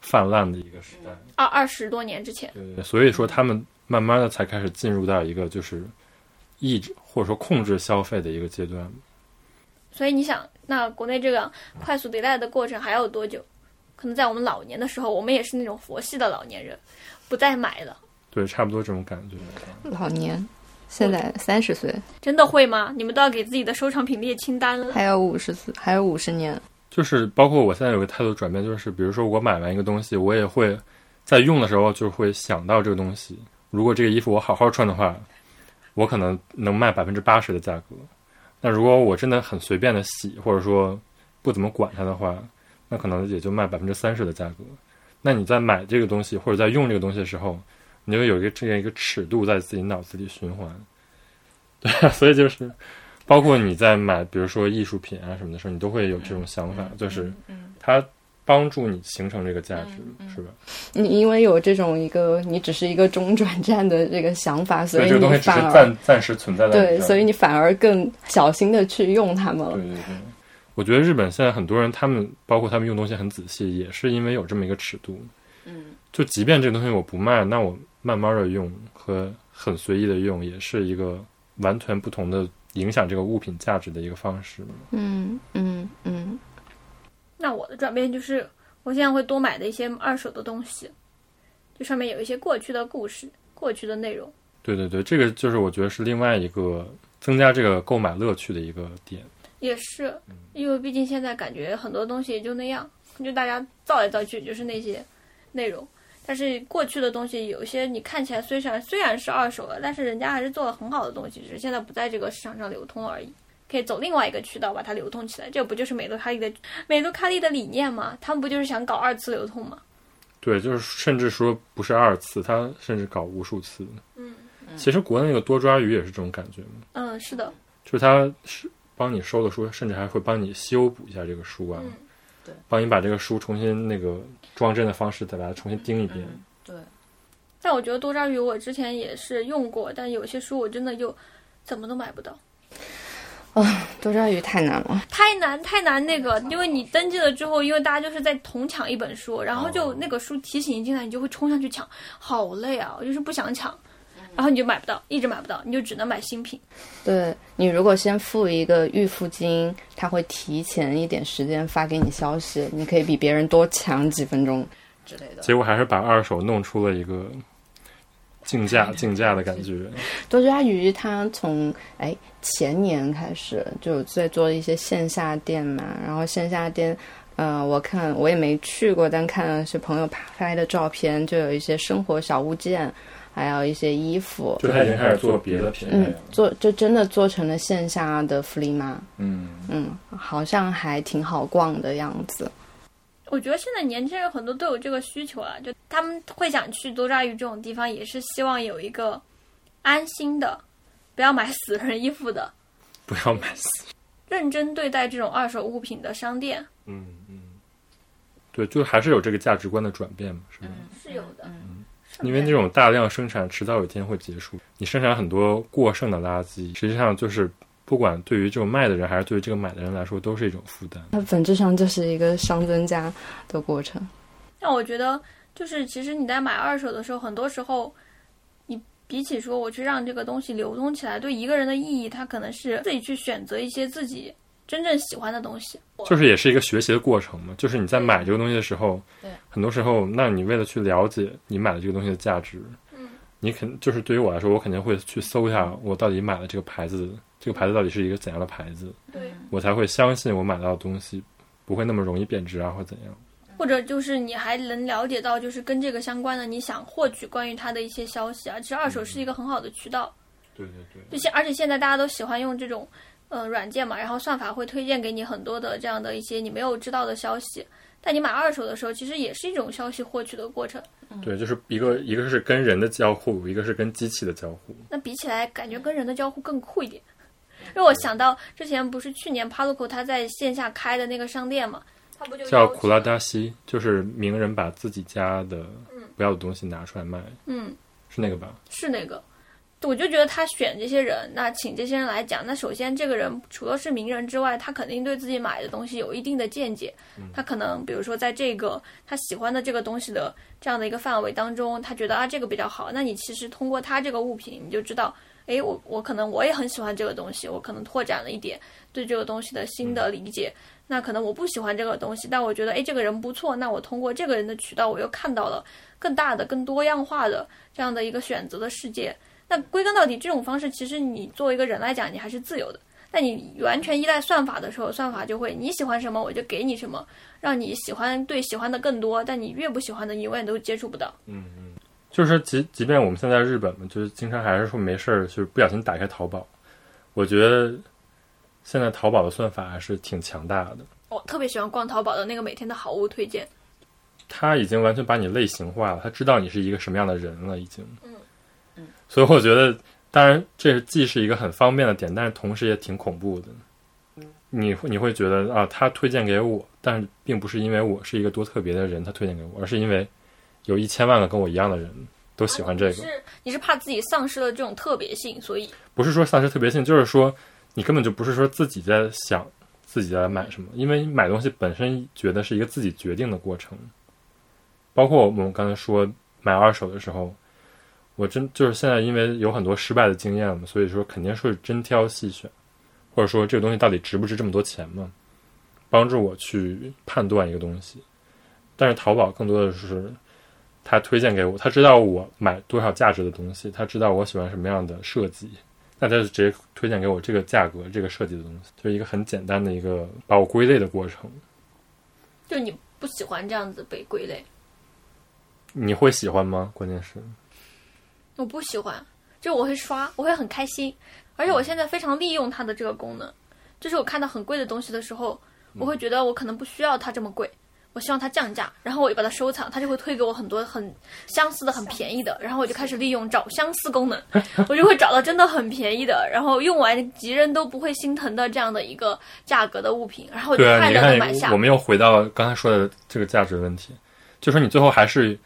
C: 泛滥的一个时代，
A: 二二十多年之前，
C: 对所以说他们慢慢的才开始进入到一个就是抑制或者说控制消费的一个阶段。
A: 所以你想，那国内这个快速迭代的过程还要多久？可能在我们老年的时候，我们也是那种佛系的老年人，不再买了。
C: 对，差不多这种感觉。
B: 老年，现在三十岁，
A: 真的会吗？你们都要给自己的收藏品列清单了。
B: 还有五十岁，还有五十年。
C: 就是包括我现在有个态度转变，就是比如说我买完一个东西，我也会在用的时候就会想到这个东西。如果这个衣服我好好穿的话，我可能能卖百分之八十的价格。那如果我真的很随便的洗，或者说不怎么管它的话，那可能也就卖百分之三十的价格。那你在买这个东西或者在用这个东西的时候，你就有一个这样一个尺度在自己脑子里循环。 对啊，所以就是包括你在买，比如说艺术品啊什么的时候，你都会有这种想法，
B: 嗯
C: 就是它帮助你形成这个价值，
B: 嗯
C: 是吧？
B: 你因为有这种一个，你只是一个中转站的这个想法，
C: 所以这
B: 你
C: 个东西只是
B: 反而
C: 暂暂时存在在
B: 对，所以
C: 你
B: 你反而更小心的去用它们
C: 这儿
B: 了。
C: 对对对。我觉得日本现在很多人，他们包括他们用东西很仔细，也是因为有这么一个尺度。
F: 嗯，
C: 就即便这个东西我不卖，那我慢慢的用和很随意的用，也是一个完全不同的影响这个物品价值的一个方式。
B: 嗯嗯嗯，
A: 那我的转变就是，我现在会多买的一些二手的东西，就上面有一些过去的故事、过去的内容。
C: 对对对，这个就是我觉得是另外一个增加这个购买乐趣的一个点。
A: 也是，因为毕竟现在感觉很多东西也就那样，就大家造来造去就是那些内容。但是过去的东西，有一些你看起来虽然虽然是二手的，但是人家还是做了很好的东西，只是现在不在这个市场上流通而已。可以走另外一个渠道把它流通起来，这不就是美杜卡利的美杜卡利的理念吗？他们不就是想搞二次流通吗？
C: 对，就是甚至说不是二次，他甚至搞无数次。
A: 嗯，
C: 其实国内那个多抓鱼也是这种感觉嘛，
A: 嗯，是的，
C: 就是他是帮你收了书，甚至还会帮你修补一下这个书啊，
A: 嗯
F: 对
C: 帮你把这个书重新那个装帧的方式再把它重新钉一遍。
F: 嗯，对，
A: 但我觉得多抓鱼我之前也是用过，但有些书我真的就怎么都买不到。
B: 多抓鱼太难了。
A: 太难太难那个，因为你登记了之后，因为大家就是在同抢一本书，然后就那个书提醒一进来，你就会冲上去抢，好累啊！我就是不想抢，然后你就买不到，一直买不到，你就只能买新品。
B: 对你如果先付一个预付金，他会提前一点时间发给你消息，你可以比别人多抢几分钟。
F: 之类的。
C: 结果还是把二手弄出了一个竞价竞价的感觉。
B: 多抓鱼它从哎前年开始就在做一些线下店嘛，然后线下店，呃，我看我也没去过，但看了是朋友拍拍的照片，就有一些生活小物件，还有一些衣服，
C: 就他已经开始做别的品
B: 嗯，做就真的做成了线下的福利嘛，
C: 嗯，
B: 嗯，好像还挺好逛的样子。
A: 我觉得现在年轻人很多都有这个需求啊，就他们会想去多抓鱼这种地方，也是希望有一个安心的，不要买死人衣服的，
C: 不要买死。
A: 认真对待这种二手物品的商店
C: 嗯嗯，对，就还是有这个价值观的转变嘛，是吧？
A: 嗯是有的。
C: 因为这种大量生产迟早有一天会结束。你生产很多过剩的垃圾，实际上就是不管对于这种卖的人还是对于这个买的人来说，都是一种负担。
B: 它本质上就是一个熵增加的过程。
A: 但我觉得，就是其实你在买二手的时候，很多时候，你比起说我去让这个东西流通起来，对一个人的意义，它可能是自己去选择一些自己真正喜欢的东西。
C: 就是也是一个学习的过程嘛，就是你在买这个东西的时候，很多时候，那你为了去了解你买的这个东西的价值，
A: 嗯
C: 你肯就是对于我来说，我肯定会去搜一下我到底买了这个牌子，这个牌子到底是一个怎样的牌子，
A: 对，
C: 我才会相信我买到的东西不会那么容易贬值啊，或者怎样。
A: 或者就是你还能了解到，就是跟这个相关的，你想获取关于它的一些消息啊。其实二手是一个很好的渠道，
C: 对对对。
A: 就现而且现在大家都喜欢用这种呃软件嘛，然后算法会推荐给你很多的这样的一些你没有知道的消息。但你买二手的时候，其实也是一种消息获取的过程。
C: 对，就是一个一个是跟人的交互，一个是跟机器的交互。
A: 那比起来，感觉跟人的交互更酷一点。让我想到之前不是去年 Paluco 他在线下开的那个商店嘛，他不就
C: 叫
A: 邀请
C: 苦拉达西，就是名人把自己家的不要的东西拿出来卖，
A: 嗯，
C: 是那个吧？
A: 是那个。我就觉得他选这些人，那请这些人来讲，那首先这个人除了是名人之外，他肯定对自己买的东西有一定的见解。他可能比如说在这个他喜欢的这个东西的这样的一个范围当中，他觉得啊这个比较好，那你其实通过他这个物品，你就知道，诶，我我可能我也很喜欢这个东西，我可能拓展了一点对这个东西的新的理解。那可能我不喜欢这个东西，但我觉得诶这个人不错，那我通过这个人的渠道，我又看到了更大的、更多样化的这样的一个选择的世界。那归根到底，这种方式其实你作为一个人来讲，你还是自由的。但你完全依赖算法的时候，算法就会你喜欢什么我就给你什么，让你喜欢对喜欢的更多，但你越不喜欢的，你永远都接触不到。
C: 就是即即便我们现在在日本嘛，就是经常还是说没事儿，就是不小心打开淘宝。我觉得现在淘宝的算法还是挺强大的，
A: 我、特别喜欢逛淘宝的那个每天的好物推荐，
C: 它已经完全把你类型化了，它知道你是一个什么样的人了，已经。嗯嗯。所以我觉得，当然这既是一个很方便的点，但是同时也挺恐怖的。你会你会觉得啊，他推荐给我，但是并不是因为我是一个多特别的人，他推荐给我，而是因为有一千万个跟我一样的人都喜欢这个。
A: 是你是怕自己丧失了这种特别性，所以
C: 不是说丧失特别性，就是说你根本就不是说自己在想自己在买什么，因为买东西本身觉得是一个自己决定的过程。包括我们刚才说买二手的时候，我真就是现在因为有很多失败的经验嘛，所以说肯定是真挑细选，或者说这个东西到底值不值这么多钱嘛，帮助我去判断一个东西。但是淘宝更多的是他推荐给我，他知道我买多少价值的东西，他知道我喜欢什么样的设计，那他就直接推荐给我这个价格、这个设计的东西，就是一个很简单的一个把我归类的过程。
A: 就你不喜欢这样子被归类。
C: 你会喜欢吗？关键是，
A: 我不喜欢，就我会刷，我会很开心，而且
C: 嗯
A: 我现在非常利用它的这个功能，就是我看到很贵的东西的时候，我
C: 嗯
A: 会觉得我可能不需要它这么贵，我希望它降价，然后我就把它收藏，它就会推给我很多很相似的、很便宜的，然后我就开始利用找相似 功能，我就会找到真的很便宜的，然后用完急人都不会心疼的这样的一个价格的物品，然后我就
C: 对啊，
A: 快
C: 你
A: 乐的买
C: 看，
A: 下
C: 我。们又回到刚才说的这个价值问题，就说你最后还是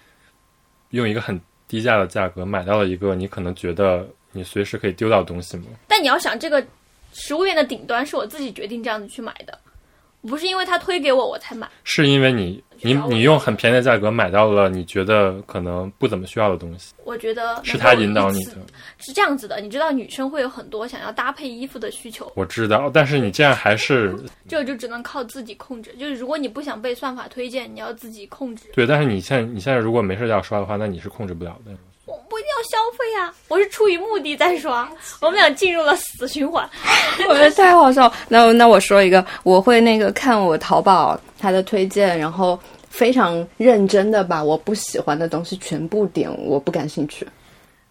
C: 用一个很低价的价格买到了一个你可能觉得你随时可以丢掉的东西吗？
A: 但你要想，这个食物链的顶端是我自己决定这样子去买的，不是因为它推给我我才买。
C: 是因为你你你用很便宜的价格买到了你觉得可能不怎么需要的东西，
A: 我觉得
C: 是他引导你的。
A: 是这样子的，你知道女生会有很多想要搭配衣服的需求，
C: 我知道，但是你这样还是
A: 这个就只能靠自己控制。就是如果你不想被算法推荐，你要自己控制。
C: 对，但是你现在你现在如果没事要刷的话，那你是控制不了的。
A: 我不一定要消费啊，我是出于目的在 刷。我们俩进入了死循环。
B: 我觉得太好笑。那那我说一个，我会那个看我淘宝它的推荐，然后非常认真的把我不喜欢的东西全部点，我不感兴趣。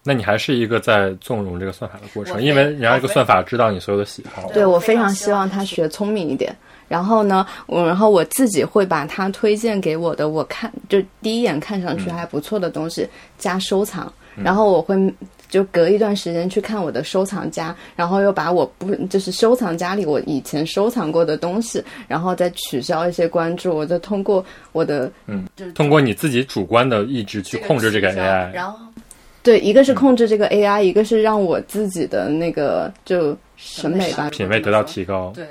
C: 那你还是一个在纵容这个算法的过
F: 我
C: 程，
F: 非
C: 因为人家这个算法知道你所有的喜好。
B: 对我
F: 非
B: 非
F: 常
B: 常
F: 希
B: 希
F: 望
B: 望他学聪明一点。然后呢，我然后我自己会把他推荐给我的，我看就第一眼看上去还不错的东西、加收藏，然后我会就隔一段时间去看我的收藏夹，然后又把我不就是收藏夹里我以前收藏过的东西，然后再取消一些关注，我就通过我的
C: 通过你自己主观的意志去控制这个
F: 取消
C: AI，
F: 然后
B: 对，一个是控制这个 AI，、一个是让我自己的那个就审美吧
F: 审
C: 品味得到提高。
F: 对，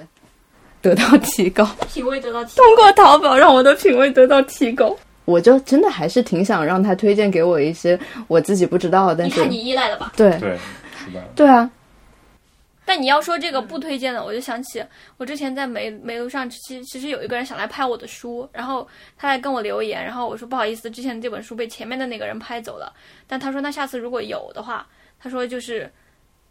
B: 得到提高。
A: 品味得到提
B: 通过淘宝让我的品味得到提高。我就真的还是挺想让他推荐给我一些我自己不知道的，但
A: 你
B: 是
A: 看你依赖了吧？
B: 对
C: 对，是吧？
B: 对啊，
A: 但你要说这个不推荐的，我就想起我之前在梅梅路上，其其实有一个人想来拍我的书，然后他来跟我留言，然后我说不好意思，之前的这本书被前面的那个人拍走了，但他说那下次如果有的话，他说就是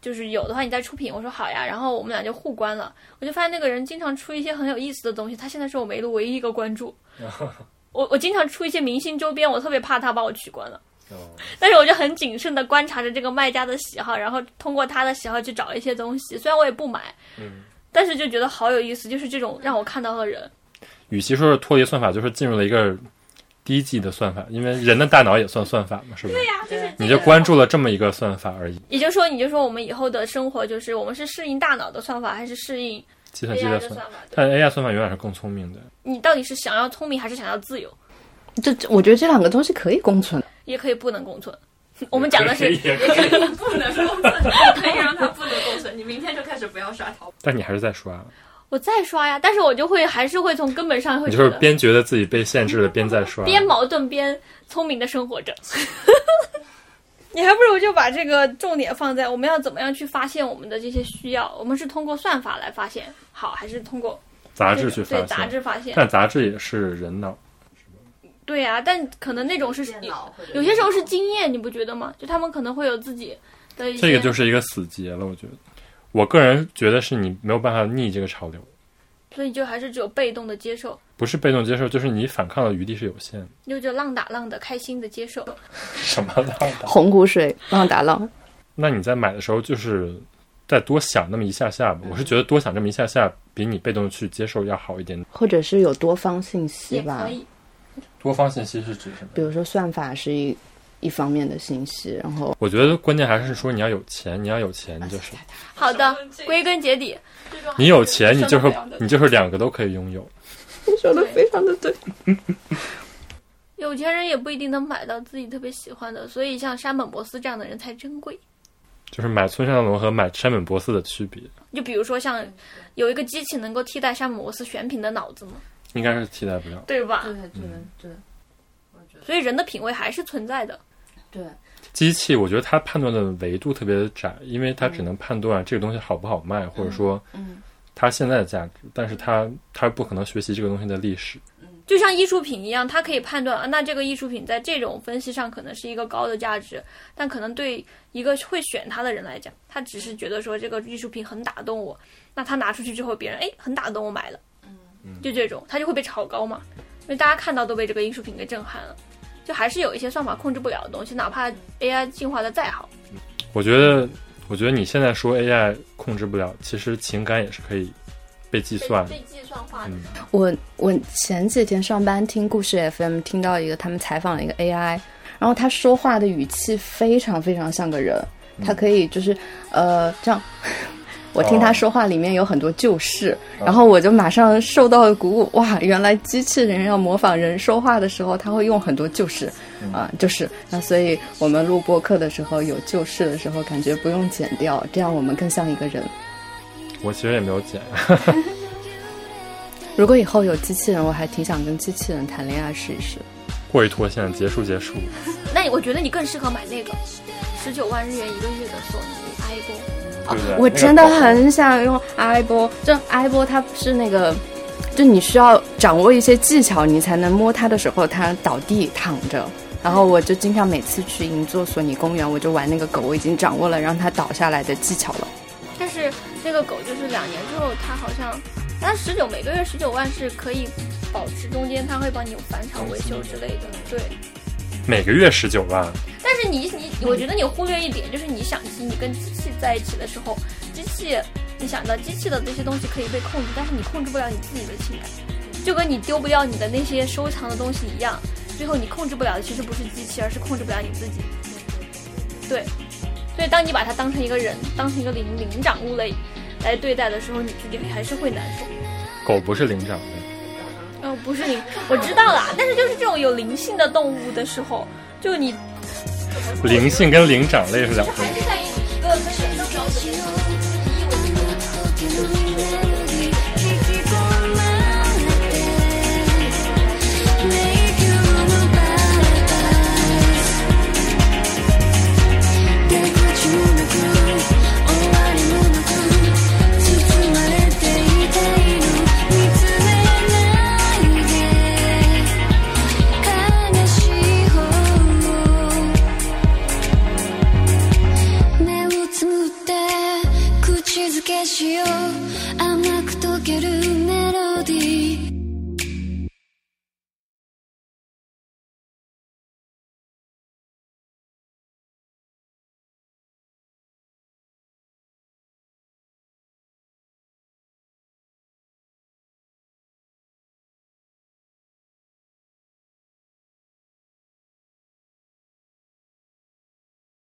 A: 就是有的话你再出品，我说好呀，然后我们俩就互关了，我就发现那个人经常出一些很有意思的东西，他现在是我梅路唯一一个关注，我我经常出一些明星周边，我特别怕他把我取关了。
C: 哦，
A: 但是我就很谨慎的观察着这个卖家的喜好，然后通过他的喜好去找一些东西。虽然我也不买，
C: 嗯，
A: 但是就觉得好有意思，就是这种让我看到的人。
C: 与其说是脱离算法，就是进入了一个低级的算法，因为人的大脑也算算法嘛，是不是？
A: 对呀、啊就是
C: 嗯你就关注了这么一个算法而已，
A: 也就是说，你就说我们以后的生活就是我们是适应大脑的算法，还是适应
C: 计算机
A: AI
C: 的
A: 的
C: 算
A: 算
C: 法。
A: 法？对
C: 但 AI 算法永远是更聪明的。
A: 你到底是想要聪明，还是想要自 由？
B: 这这我觉得这两个东西可以共存。
A: 也可以不能共存。 我们讲的是，
C: 也
E: 也可以不能共存，你可以让它不能共存。你明天就开始不要刷淘宝。
C: 但你还是在刷，
A: 我再刷呀，但是我就会还是会从根本上会
C: 你
A: 觉
C: 就是
A: 得
C: 边觉得自己被限制了，边在刷。
A: 边矛盾边聪明的生活着。 你还不如就把这个重点放在我们要怎么样去发现我们的这些需要，我们是通过算法来发现好，还是通过
C: 杂
A: 这
C: 志
A: 个
C: 去发
A: 对杂
C: 现，
A: 志发现？
C: 但杂志也是人脑。
A: 对啊，但可能那种是
E: 电脑或者
A: 有些时候是经验，你不觉得吗？就他们可能会有自己的一些
C: 这个就是一个死结了，我觉得。我个人觉得是你没有办法逆这个潮流，
A: 所以就还是只有被动的接受，
C: 不是被动接受，就是你反抗的余地是有限的。
A: 你就只有浪打浪的开心的接受。
C: 什么浪打？
B: 红骨水浪打浪，
C: 那你在买的时候就是再多想那么一下下吧。我是觉得多想这么一下下，比你被动去接受要好一点。
B: 或者是有多方信息
A: 也
B: 吧
A: 可，以，
C: 多方信息是指什么
B: 比如说算法是一一方面的信息，然后
C: 我觉得关键还是说你要有钱，你要有钱，就是
A: 好的
E: 什么这，个
A: 归根结底，
C: 你有钱，你就是
E: 这种还是
C: 你就是两个都可以拥有。
B: 说的非常的对。
A: 有钱人也不一定能买到自己特别喜欢的，所以像山本博斯这样的人才珍贵。
C: 就是买村上龙和买山本博斯的区别，
A: 就比如说像有一个机器能够替代山姆·摩斯选品的脑子嘛，
C: 应该是替代不了。
A: 对吧？
E: 对对对，我觉得
A: 所以人的品味还是存在的。
E: 对。
C: 机器，我觉得它判断的维度特别窄，因为
B: 嗯
C: 它只能判断这个东西好不好卖，或者说
E: 嗯
C: 它现在的价值，但是它它不可能学习这个东西的历史。
A: 就像艺术品一样，它可以判断啊，那这个艺术品在这种分析上可能是一个高的价值，但可能对一个会选它的人来讲，他只是觉得说这个艺术品很打动我，那他拿出去之后，别人哎很打动我买了，嗯，就这种，他就会被炒高嘛，因为大家看到都被这个艺术品给震撼了，就还是有一些算法控制不了的东西，哪怕 AI 进化的再好，
C: 我觉得，我觉得你现在说 AI 控制不了，其实情感也是可以被计算的。
A: 计算化
C: 的嗯
B: 我我前几天上班听故事 FM，听到一个他们采访了一个 AI，然后他说话的语气非常非常像个人，他可以就是呃这样。 我听他说话里面有很多旧事，然后我就马上受到了鼓舞。哇，原来机器人要模仿人说话的时候，他会用很多旧事啊，就是那所以我们录播课的时候有旧事的时候，感觉不用剪掉，这样我们更像一个人。
C: 我其实也没有剪，
B: 如果以后有机器人，我还挺想跟机器人谈恋爱试一试。
C: 过于脱线，结束结束。
A: 那你我觉得你更适合买那个十九万日元一个月的索尼 i p h o n
C: 对不对
B: 我真的很想用 i 波，就 i 波它是那个，就你需要掌握一些技巧，你才能摸它的时候它倒地躺着。然后我就经常每次去银座索尼公园，我就玩那个狗，我已经掌握了让它倒下来的技巧了。
A: 但是那个狗就是两年之后，它好像，但十九每个月十九万是可以保持，中间它会帮你有返场维修之类的。对，
C: 每个月十九万，
A: 但是你你，我觉得你忽略一点，就是你想起你跟机器在一起的时候，机器，你想到机器的这些东西可以被控制，但是你控制不了你自己的情感，就跟你丢不掉你的那些收藏的东西一样，最后你控制不了的其实不是机器，而是控制不了你自己。对，所以当你把它当成一个人，当成一个灵灵长物类来对待的时候，你自己还是会难受。
C: 狗不是灵长类，
A: 嗯、不是你，我知道啦，但是就是这种有灵性的动物的时候，就你
C: 灵性跟灵长类是两回事。
A: 在一个就是